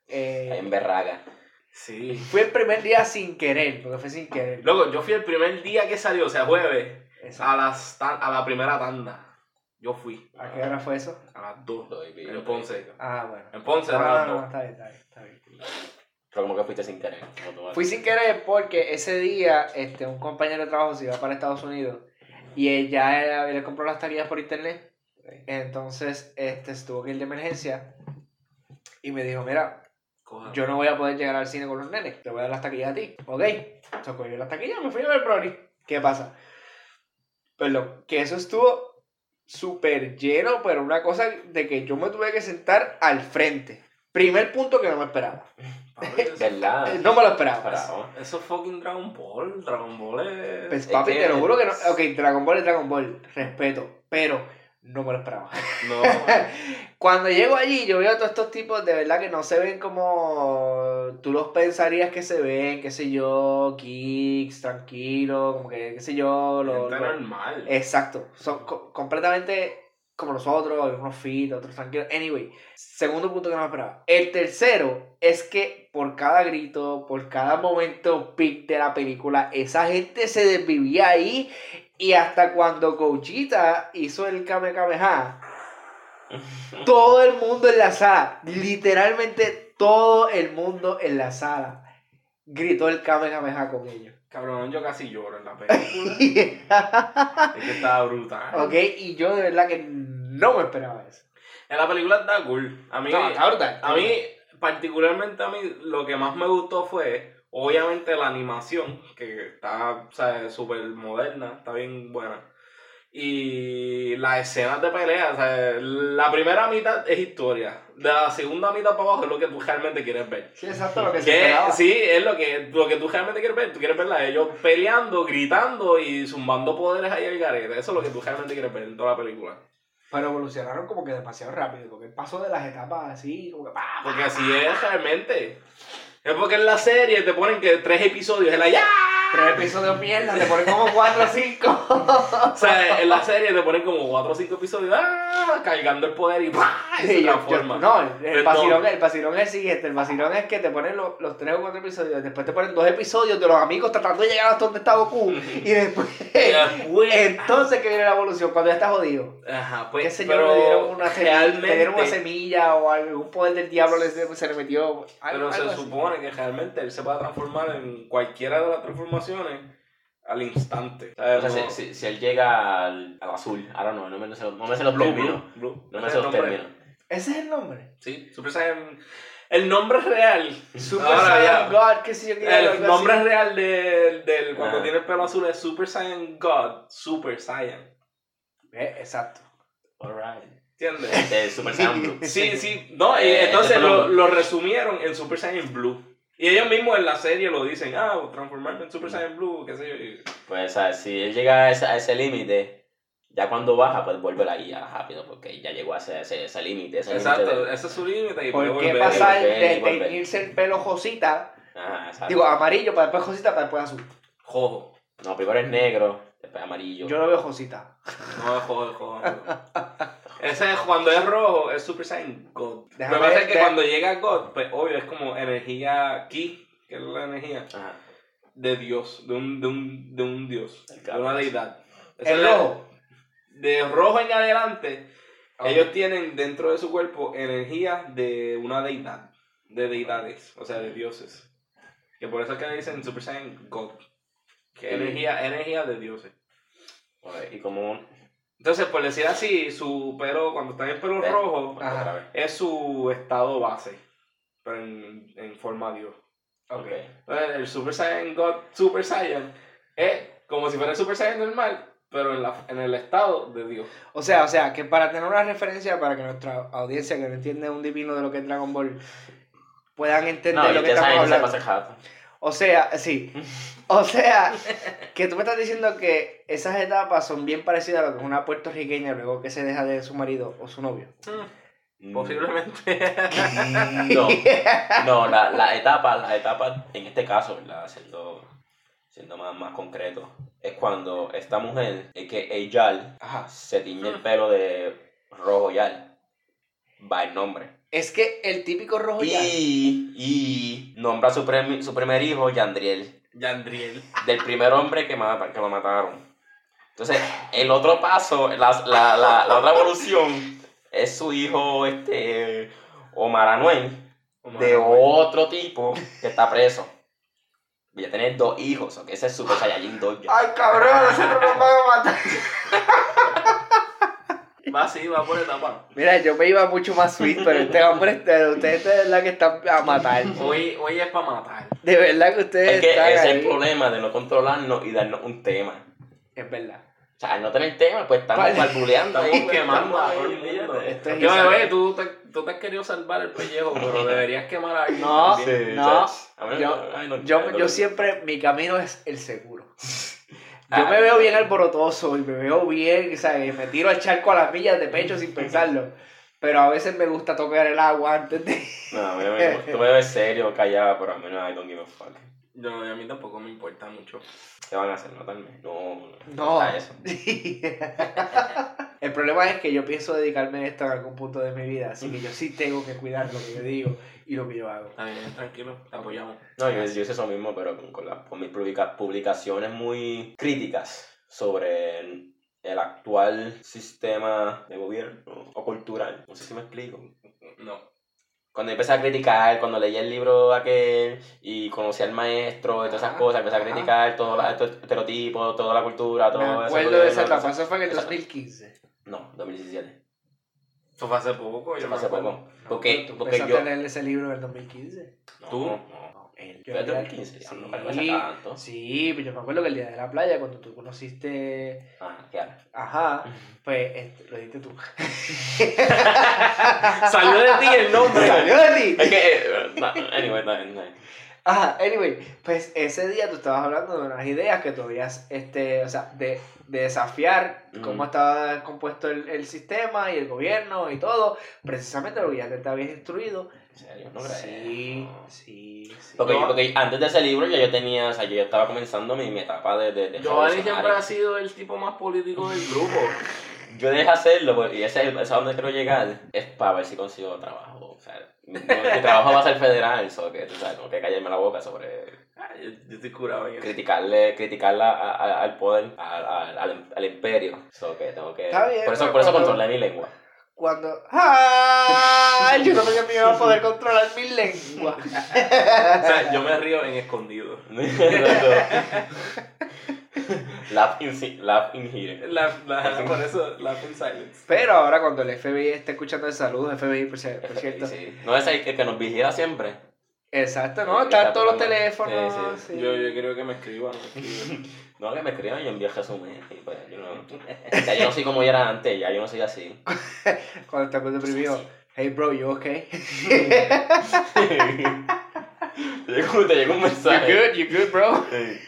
Eh,
Ahí en Berraga.
Sí.
fue el primer día sin querer, porque fue sin querer.
Luego, yo fui el primer día que salió, o sea, jueves,
Exacto.
a, las tan- a la primera tanda. Yo fui
¿A Ah, qué hora fue eso?
a las 2.
Doy video.
En Ponce.
Ah, bueno.
En Ponce
No,
a
no,
las
no,
dos.
está bien, está bien, está bien.
Pero como que fuiste sin querer. como tú vas.
Fui sin querer porque ese día este, un compañero de trabajo se iba para Estados Unidos y él ya era- le compró las taquillas por internet. Entonces este, se tuvo que ir de emergencia y me dijo, mira,
Coja.
yo no voy a poder llegar al cine con los nenes, te voy a dar las taquillas a ti. Ok, entonces cogí las taquillas, me fui a ver Broly. ¿Qué pasa? Perdón, que eso estuvo súper lleno, pero una cosa de que yo me tuve que sentar al frente. Primer punto que no me esperaba.
Papi, eso-
¿Verdad?
Eh, No me lo esperaba.
Parado.
Eso es fucking Dragon Ball. Dragon Ball es.
Pues,
Es
papi,
que-
te lo juro que no. Ok, Dragon Ball es Dragon Ball, respeto, pero no me lo esperaba.
No.
Cuando llego allí, yo veo a todos estos tipos de verdad que no se ven como tú los pensarías que se ven, qué sé yo, kicks, tranquilo, como que, qué sé yo, lo-
Está
lo-
normal.
Exacto, son co- completamente como nosotros, algunos fit, otros tranquilos. Anyway, segundo punto que no me esperaba. El tercero es que por cada grito, por cada momento pic de la película, esa gente se desvivía ahí y hasta cuando Cochita hizo el Kame Kameha, todo el mundo en la sala, literalmente todo el mundo en la sala, gritó el Kame Kameha con ellos.
Cabrón, yo casi lloro en la película. es que estaba brutal.
ok, y yo de verdad que no me esperaba eso.
En la película está cool. A mí,
No, está brutal.
a mí, particularmente a mí, lo que más me gustó fue, obviamente, la animación, que está súper moderna, está bien buena. Y las escenas de pelea, o sea, la primera mitad es historia, de la segunda mitad para abajo es lo que tú realmente quieres ver.
Pues Sí, exacto lo que se
Que,
esperaba.
sí, es lo que, lo que tú realmente quieres ver. Tú quieres verla a ellos peleando, gritando y zumbando poderes ahí al garete. Eso es lo que tú realmente quieres ver en toda la película.
Pero evolucionaron como que demasiado rápido, porque pasó de las etapas así, como que pa, pa.
Porque así es realmente. Es porque en la serie te ponen que tres episodios es la ya.
Tres episodios mierda, te ponen como cuatro o cinco.
O sea, en la serie te ponen como cuatro o cinco episodios ¡ah! cargando el poder y ¡pah! y se
Sí, yo-
transforma.
yo- no, el- el
Pero
vacilón,
no.
el vacilón es el siguiente, el vacilón es que te ponen lo- los tres o cuatro episodios, después te ponen dos episodios de los amigos tratando de llegar hasta donde está Goku, y después...
Después-
Entonces que viene la evolución, cuando ya está jodido.
Ajá,
Qué
pues,
señor
pero
le dieron una semilla,
realmente,
le dieron una semilla o algún poder del diablo le- se le metió. algo-
Pero se
algo así.
supone que realmente él se puede transformar en cualquiera de las transformaciones al instante. O sea,
O sea,
no-
si, si- si él llega al, al azul, ahora no, no me sé los, no me sé los
Blue,
términos.
Blue, Blue. Ese
No me
es
sé
el
los
nombre.
términos.
Ese es el nombre.
Sí, Super Saiyan. El nombre real.
Super
Ahora
Saiyan
ya.
God, qué sé yo qué.
El
algo
nombre
así.
real del, del cuando
Ah.
tiene el pelo azul es Super Saiyan God, Super Saiyan.
Eh, exacto.
Alright.
¿Entiendes?
Este es Super Saiyan Blue.
Sí, sí. No, y
Eh,
entonces
ese fue
lo,
lo-
lo resumieron en Super Saiyan Blue. Y ellos mismos en la serie lo dicen, ah, transformarme en Super Saiyan Blue, qué sé yo. y-
Pues o sea, si él llega a ese, a ese límite, ya cuando baja, pues vuelve la guía rápido, porque ya llegó a ese, ese, ese límite. ese límite
Exacto,
de-
ese es su límite y puede
¿Por qué
volver.
pasar
volver,
de
volver.
teñirse el pelo Josita,
Ajá, exacto.
digo amarillo, para después Josita, para después azul?
Jojo.
No, primero es negro, después amarillo.
Yo lo veo Josita.
No, es jojo, es jojo. Ese es cuando es rojo, es Super Saiyan God. Lo que pasa es que cuando llega God, pues obvio, es como energía ki, que es la energía
Ajá.
de Dios, de un, de un, de un Dios,
El
de una deidad. Esa
El
es la-
rojo.
De rojo en adelante,
Ok.
ellos tienen dentro de su cuerpo energía de una deidad, de deidades, o sea, de dioses. Que por eso es que le dicen Super Saiyan God. Que
Sí.
energía, energía de dioses.
Ok, Y como un...
Entonces, por decir así, su pelo, cuando está en el pelo
Ve.
rojo,
Ajá.
Otra vez.
es su estado base, pero en, en forma Dios.
Ok.
Entonces, Pues, el Super Saiyan God Super Saiyan es como si fuera el Super Saiyan normal, pero en, la, en el estado de Dios.
O sea, o sea, que para tener una referencia para que nuestra audiencia que no entiende un divino de lo que es Dragon Ball puedan entender
No,
lo
y
que
ya
estamos
saben que se
hablando.
pasa el jato.
O sea, sí. O sea, que tú me estás diciendo que esas etapas son bien parecidas a lo que es una puertorriqueña luego que se deja de su marido o su novio.
Mm. Posiblemente.
No, no la, la etapa, la etapa, en este caso, ¿verdad? Siendo, siendo más, más concreto, es cuando esta mujer, es que Eyal,
Ajá.
se tiñe el pelo de rojo Yal. Va el nombre.
Es que el típico rojo ya.
Y, y nombra a su, premi- su primer hijo Yandriel,
Yandriel.
del primer hombre que, mata- que lo mataron. Entonces, el otro paso, la, la- la- la otra evolución, es su hijo este, Omar Anuel de otro tipo que está preso. Voy a tener dos hijos, o que ese es Super Saiyajin 2 ya.
cabrón! Nosotros nos van a matar.
Va así, va por etapa.
Mira, yo me iba mucho más sweet, pero este hombre, este, ustedes de verdad que están a matar.
Hoy, hoy es para matar.
De verdad que ustedes
Es que
están
ese es el
ahí.
problema de no controlarnos y darnos un tema.
Es verdad.
O sea, al no tener tema, pues estamos
Vale.
barbuleando. ahí,
Estamos
pues,
quemando a
ahí,
todo el mundo.
olvídate.
Esto es
Yo
insano.
bebé, tú te, tú te has querido salvar el pellejo, pero deberías quemar a alguien.
No.
también.
Sí,
No,
o sea, a mí-
Yo,
ay, no,
yo,
no,
yo
no.
siempre, mi camino es el seguro. Yo
Ah.
me veo bien alborotoso y me veo bien, ¿sabes? Me tiro al charco a las millas de pecho sin pensarlo. Pero a veces me gusta tocar el agua antes de...
No, a mí me- tú me ves serio, callado, pero a mí no, I don't give a fuck.
No, a mí tampoco me importa mucho.
¿Qué van a hacer? ¿Notarme? No, no.
No.
está eso.
El problema es que yo pienso dedicarme a esto en algún punto de mi vida, así que yo sí tengo que cuidar lo que yo digo y lo que yo hago.
Está bien, tranquilo, te apoyamos.
No,
Ah,
yo, yo hice eso mismo, pero con, con las- con mis publica- publicaciones muy críticas sobre el, el actual sistema de gobierno o cultural. No sé si me explico.
No.
Cuando empecé a criticar, cuando leí el libro aquel y conocí al maestro y todas esas
Ajá,
cosas, empecé a
Ah, ajá.
criticar todos los estos estereotipos, toda la cultura, todo
Me
ese
acuerdo
gobierno,
de esa
todo
etapa,
eso.
eso fue en el
esa-
2015.
No, 2017.
Eso fue hace poco, yo
Eso
me
fue hace
acuerdo.
poco. Porque,
¿Tú
porque
empezaste
yo...
a leer ese libro en el 2015?
No,
¿Tú?
No,
No, él.
Yo en 2015, ya no parece
Sí.
tanto.
Sí, pero yo me acuerdo que el día de la playa, cuando tú conociste,
Ah, claro.
ajá, pues este, lo diste tú.
Salió de ti el nombre.
¡Salió de ti!
Es que... eh, no, Anyway, no, no.
Ajá, anyway, pues ese día tú estabas hablando de unas ideas que tú habías, este, o sea, de, de desafiar
Ujú.
cómo estaba compuesto el, el sistema y el gobierno y todo, precisamente lo que ya te, te habías instruido.
¿En serio? No
sí,
creo.
sí, sí.
Porque,
No.
porque antes de ese libro ya yo tenía, o sea, yo ya estaba comenzando mi, mi etapa de... de, de
Giovanni siempre ha
revolucionario.
sido el tipo más político del grupo.
Yo dejé hacerlo, pues, y ese ese es a donde quiero llegar, es para ver si consigo trabajo. O sea, mi, mi trabajo va a ser federal, so que, tú sabes, tengo que callarme la boca sobre
Ay, yo, yo estoy curado en eso.
criticarle, criticarla a- a- al poder, a- a- al, al imperio. So que tengo que...
Está bien,
por eso,
pero
por eso
cuando-
controlé mi lengua.
Cuando... ¡Ay! Yo no sabía que me iba a poder controlar mi lengua.
O sea, yo me río en escondido.
Laughing in, laugh in here.
La, la, por eso, laugh in silence.
Pero ahora cuando el FBI está escuchando el saludo, FBI, por, cier- por cierto.
Sí. No es el que, que nos vigila siempre.
Exacto, ¿no?
Está
Están todos los
tocando.
teléfonos.
Sí,
sí.
Yo, yo creo que me escriban. me escriban.
No, que me escriban y yo envío resumen. Y pues, yo no, ya yo no soy como yo era antes, ya yo no soy así.
Cuando estás muy deprimido. Hey bro, you okay?
te llegó, te llegó un mensaje.
You good, bro?
Sí.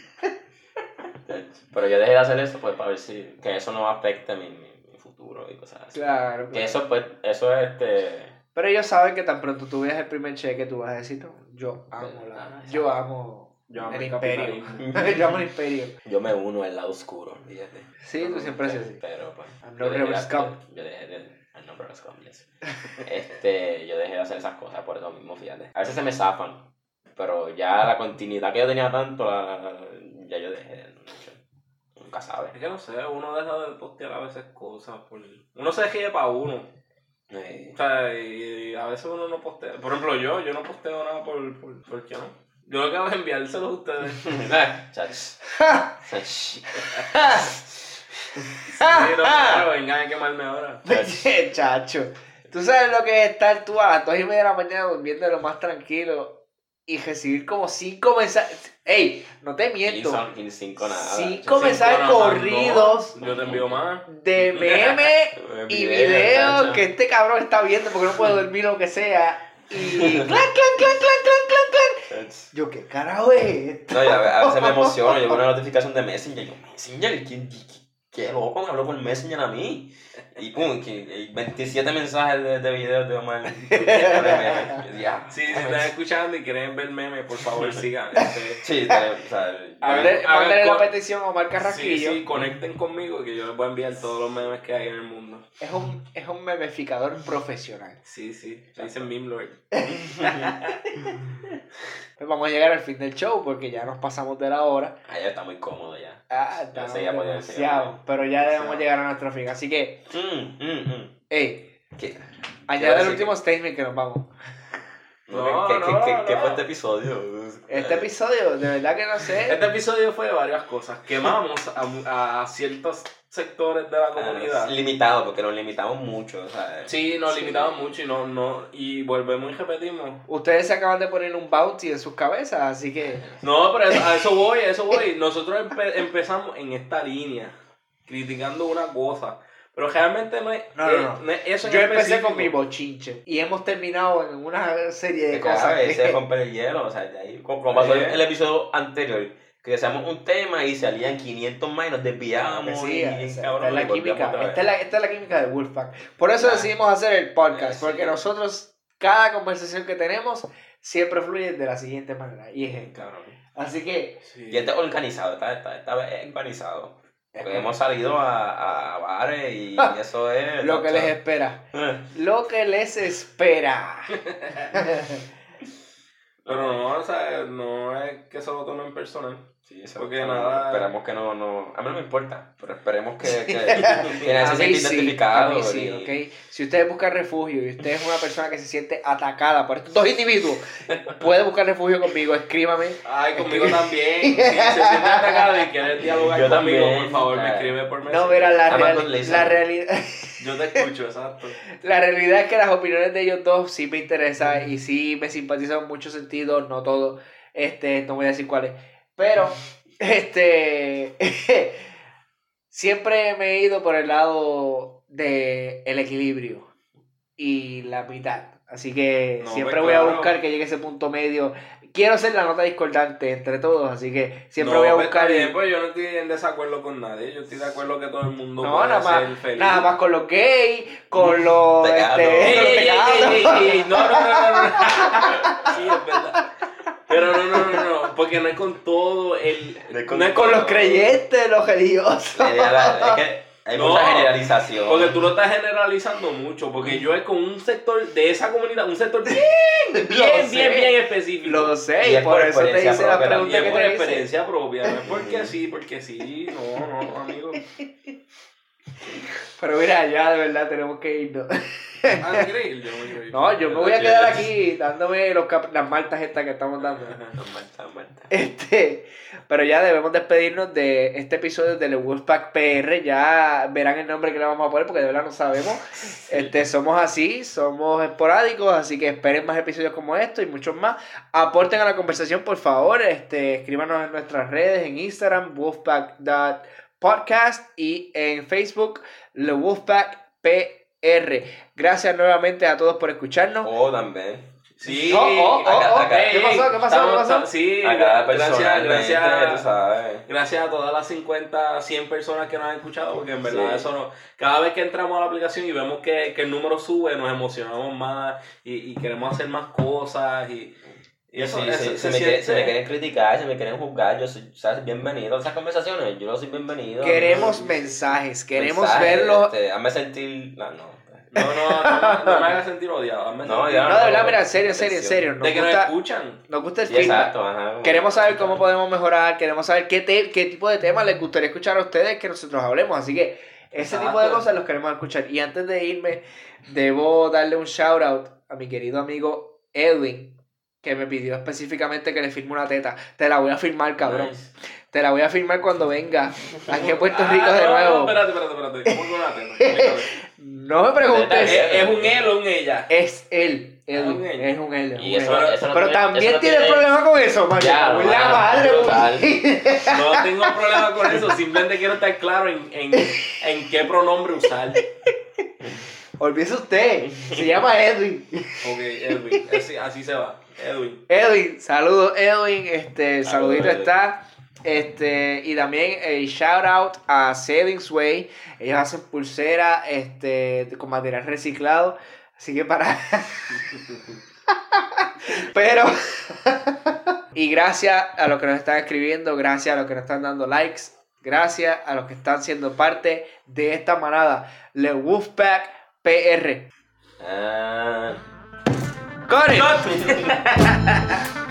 Pero yo dejé de hacer eso pues para ver si que eso no afecte mi, mi, mi futuro y cosas así.
Claro.
Que
claro.
eso pues, eso es este. ah,
Pero ellos saben que tan pronto tú veas el primer cheque, tú vas a decir, no, yo amo la, yo amo
Yo amo
El
capitalismo.
Yo amo el imperio.
Yo me uno al lado oscuro, fíjate.
Sí, tú siempre haces así.
Pero pues.
I'm
yo
not
dejé de
a
hacer-
scum.
Yo dejé de. I'm not a scum, yes. Este, yo dejé de hacer esas cosas por eso mismo, fíjate. A veces se me zafan. Pero ya la continuidad que yo tenía tanto, la- la- ya yo dejé. yo- Nunca sabes.
Es que no sé, uno deja de postear a veces cosas. Por... Uno se ríe para uno.
Eh,
O sea, y a veces uno no postea. Por ejemplo, yo, yo no posteo nada por, por, ¿por qué no. Yo lo que hago es enviárselo a ustedes. Sí,
chach. Chach.
no, pero vengan a quemarme ahora.
Oye, Chacho, tú sabes lo que es estar tú a las 2 y media de la mañana durmiendo lo más tranquilo y recibir como 5 mensajes. ¡Ey! No te
Y
miento.
son- y cinco nada.
Cinco
Yo
mensajes
Cinco nada más,
corridos.
no. Yo te envío más.
De meme
cinco-
y
videos,
videos
chacho.
que este cabrón está viendo porque no puede dormir lo que sea. Y clan, clan, clan, clan, clan, clan, clan.
Chach.
Yo, ¿qué carajo es esto?
No, y a, a veces me emociono, llegó una notificación de Messenger, yo, Messenger, ¿qué, qué, qué- qué loco me habló por Messenger a mí? Y pum, que, y 27 mensajes de, de videos de Omar. de meme. Yo, "Ah, ya,
Sí, si están escuchando y quieren ver memes, por favor sigan. Este,
Sí, está- o sea,
ver,
Mándale
a
mándale la
con-
petición a Omar
sí,
Carrasquillo.
sí, conecten conmigo que yo les voy a enviar todos los memes que hay en el mundo.
Es, un, es un memeficador profesional.
Sí, sí, me dicen meme lord.
Pues vamos a llegar al fin del show porque ya nos pasamos de la hora.
Ahí está muy cómodo ya.
Ah,
Ya
estamos
sé, ya podía decir,
demasiado,
ya.
pero ya debemos
Demasiado.
llegar a nuestro fin. Así que,
Mm, mm, mm.
hey,
¿Qué?
añade el
decir
último statement que nos vamos.
No,
¿Qué, qué- qué-
no,
qué
no.
fue este episodio?
Este episodio, de verdad que no sé.
Este episodio fue de varias cosas. Quemamos a, a ciertos sectores de la
Ah,
comunidad.
es limitado, porque nos limitamos mucho, o sea,
Sí, nos
Sí.
limitamos mucho y no, no, y volvemos y repetimos.
Ustedes se acaban de poner un bounty en sus cabezas, así que
No, pero eso- a eso voy, a eso voy. Nosotros empe- empezamos en esta línea, criticando una cosa. Pero realmente no es,
No, no,
eh,
no.
es eso en
yo empecé
específico.
con mi bochinche y hemos terminado en una serie de
que
cosas.
cada vez se
que-
rompe el hielo, o sea, de ahí, como, como pasó en el episodio anterior, que hacíamos un tema y salían 500 más y nos
que
desviábamos
sí,
y,
esa-
y
esta
cabrón,
es la
y volvíamos
química,
otra
esta es
vez.
la, esta es la química de Wolfpack. Por eso
Ah.
decidimos hacer el podcast,
Ah, sí.
porque nosotros, cada conversación que tenemos, siempre fluye de la siguiente manera. Y es esta.
Cabrón.
Así que,
Sí.
Y este es organizado, esta, esta, esta vez es organizado. Porque hemos salido a, a bares y,
Ah,
eso es...
lo que
o
les
sea,
espera.
eh,
Lo que les espera.
Pero no, o sea, no es que se lo tomen personal.
sí, eso-
Porque
pero
nada-
Esperemos que no, no... A mí no me importa, pero esperemos que, que, que nadie
A
se
mí sí,
sienta
a
identificado.
mí sí,
y-
¿ok? Si usted busca refugio y usted es una persona que se siente atacada por estos dos individuos, puede buscar refugio conmigo, escríbame.
Ay, conmigo también. Si se sienten atacados y quieren dialogar
Yo
conmigo,
también,
por favor, me
claro.
escribe por mensaje.
No, mira, la,
Amazon
reali-
Lisa.
la, realidad
Yo te escucho, exacto.
la realidad es que las opiniones de ellos dos sí me interesan y sí me simpatizan en muchos sentidos, no todo. Este, no voy a decir cuáles. Pero, este, siempre me he ido por el lado de el equilibrio y la mitad. Así que
No,
siempre
pues,
voy a
claro.
buscar que llegue ese punto medio. Quiero ser la nota discordante entre todos, así que siempre
No,
voy a
pues,
buscar.
está bien, pues yo no estoy en desacuerdo con nadie. Yo estoy de acuerdo que todo el mundo
No,
puede
nada más-
ser feliz.
Nada más con los gays, con los.
Tecatos.
este,
Ey,
con los
ey, ey,
tecatos.
ey, ey, ey, No, no, no, no, no. Sí, es verdad. Pero no, no, no, no. Porque no es con todo el.
No es con-
No es
Con los creyentes, los religiosos.
La idea la- es que hay
No.
mucha generalización.
Porque tú lo estás generalizando mucho. Porque yo es con un sector de esa comunidad, un sector bien, bien,
Lo
bien,
sé.
bien, específico.
Lo sé,
Y
y
es
por
por
eso te
experiencia
hice la
propia
Y
pregunta
es
que
por
te hice.
experiencia propia, no es porque sí, porque sí, no, no, amigo.
Pero mira, ya de verdad tenemos que irnos.
Ah, ¿te quieres ir? Yo me quiero ir.
No, yo me voy a quedar aquí dándome los cap- las maltas estas que estamos dando.
Ajá.
Está muerta, está muerta.
Este, pero ya debemos despedirnos de este episodio de The Wolfpack PR. Ya verán el nombre que le vamos a poner porque de verdad no sabemos. Este, somos así, somos esporádicos, así que esperen más episodios como estos y muchos más. Aporten a la conversación, por favor. Este, escríbanos en nuestras redes, en Instagram, wolfpack.podcast y en Facebook, The Wolfpack PR. Gracias nuevamente a todos por escucharnos.
O Oh, también...
Sí,
Oh, oh, oh,
acá,
oh,
acá.
¿Qué pasó? ¿Qué pasó? ¿Qué
Estamos-
pasó?
Sí,
A cada persona,
gracias,
gracias, tú
gracias.
sabes.
Gracias a todas las 50, 100 personas que nos han escuchado, porque en verdad
Sí.
eso no. Cada vez que entramos a la aplicación y vemos que, que el número sube, nos emocionamos más y, y queremos hacer más cosas. Y,
Y
Eso-
sí,
eso
sí,
se
si me quieren- si me
siente-
quieren criticar, si me quieren juzgar, yo soy, ¿sabes? bienvenido a esas conversaciones, yo no soy bienvenido.
Queremos
no, no,
mensajes, queremos
Mensajes,
verlos.
Este, hazme sentir. No, no.
No, no, no, no me hagas sentir odiado. hazme
No,
sentir-
ya
No, de verdad,
no,
mira, en serio, en serio, en
atención.
serio. Nos
De que nos
gusta,
escuchan.
nos gusta el
Sí,
feedback.
exacto, ajá, como-
Queremos saber cómo podemos mejorar, queremos saber qué, te- qué tipo de temas les gustaría escuchar a ustedes que nosotros hablemos. Así que ese
Exacto.
tipo de cosas los queremos escuchar. Y antes de irme, debo darle un shout out a mi querido amigo Edwin, que me pidió específicamente que le firme una teta. Te la voy a firmar, cabrón.
Nice.
Te la voy a firmar cuando venga aquí a Puerto Rico
Ah,
de
no, No,
nuevo.
espérate, espérate, espérate. ¿Cómo es una teta? Explícame.
No me
¿Es,
preguntes.
Detalle.
es un él o un ella.
Es él. Edwin,
un él.
es un él. es
Y
un
eso-
él.
eso no
Pero
tiene- eso
también
no
tiene
tiene-
problemas con eso, man.
Ya,
Por la
mano,
madre. pues.
total.
No tengo problema con eso. Simplemente quiero estar claro en, en, en qué pronombre usar. Ok,
Olvídese usted. Se llama Edwin.
Edwin. Así, así se va. Edwin.
Edwin, saludos Edwin. Este, el
Saludos,
saludito
Edwin.
está. Este, y también eh, shout out a Savings Way. Ellos hacen pulseras este, con material reciclado. Así que para. Pero. y gracias a los que nos están escribiendo, gracias a los que nos están dando likes, gracias a los que están siendo parte de esta manada. Le Wolfpack PR.
Ah.
¡Corre!
Cut.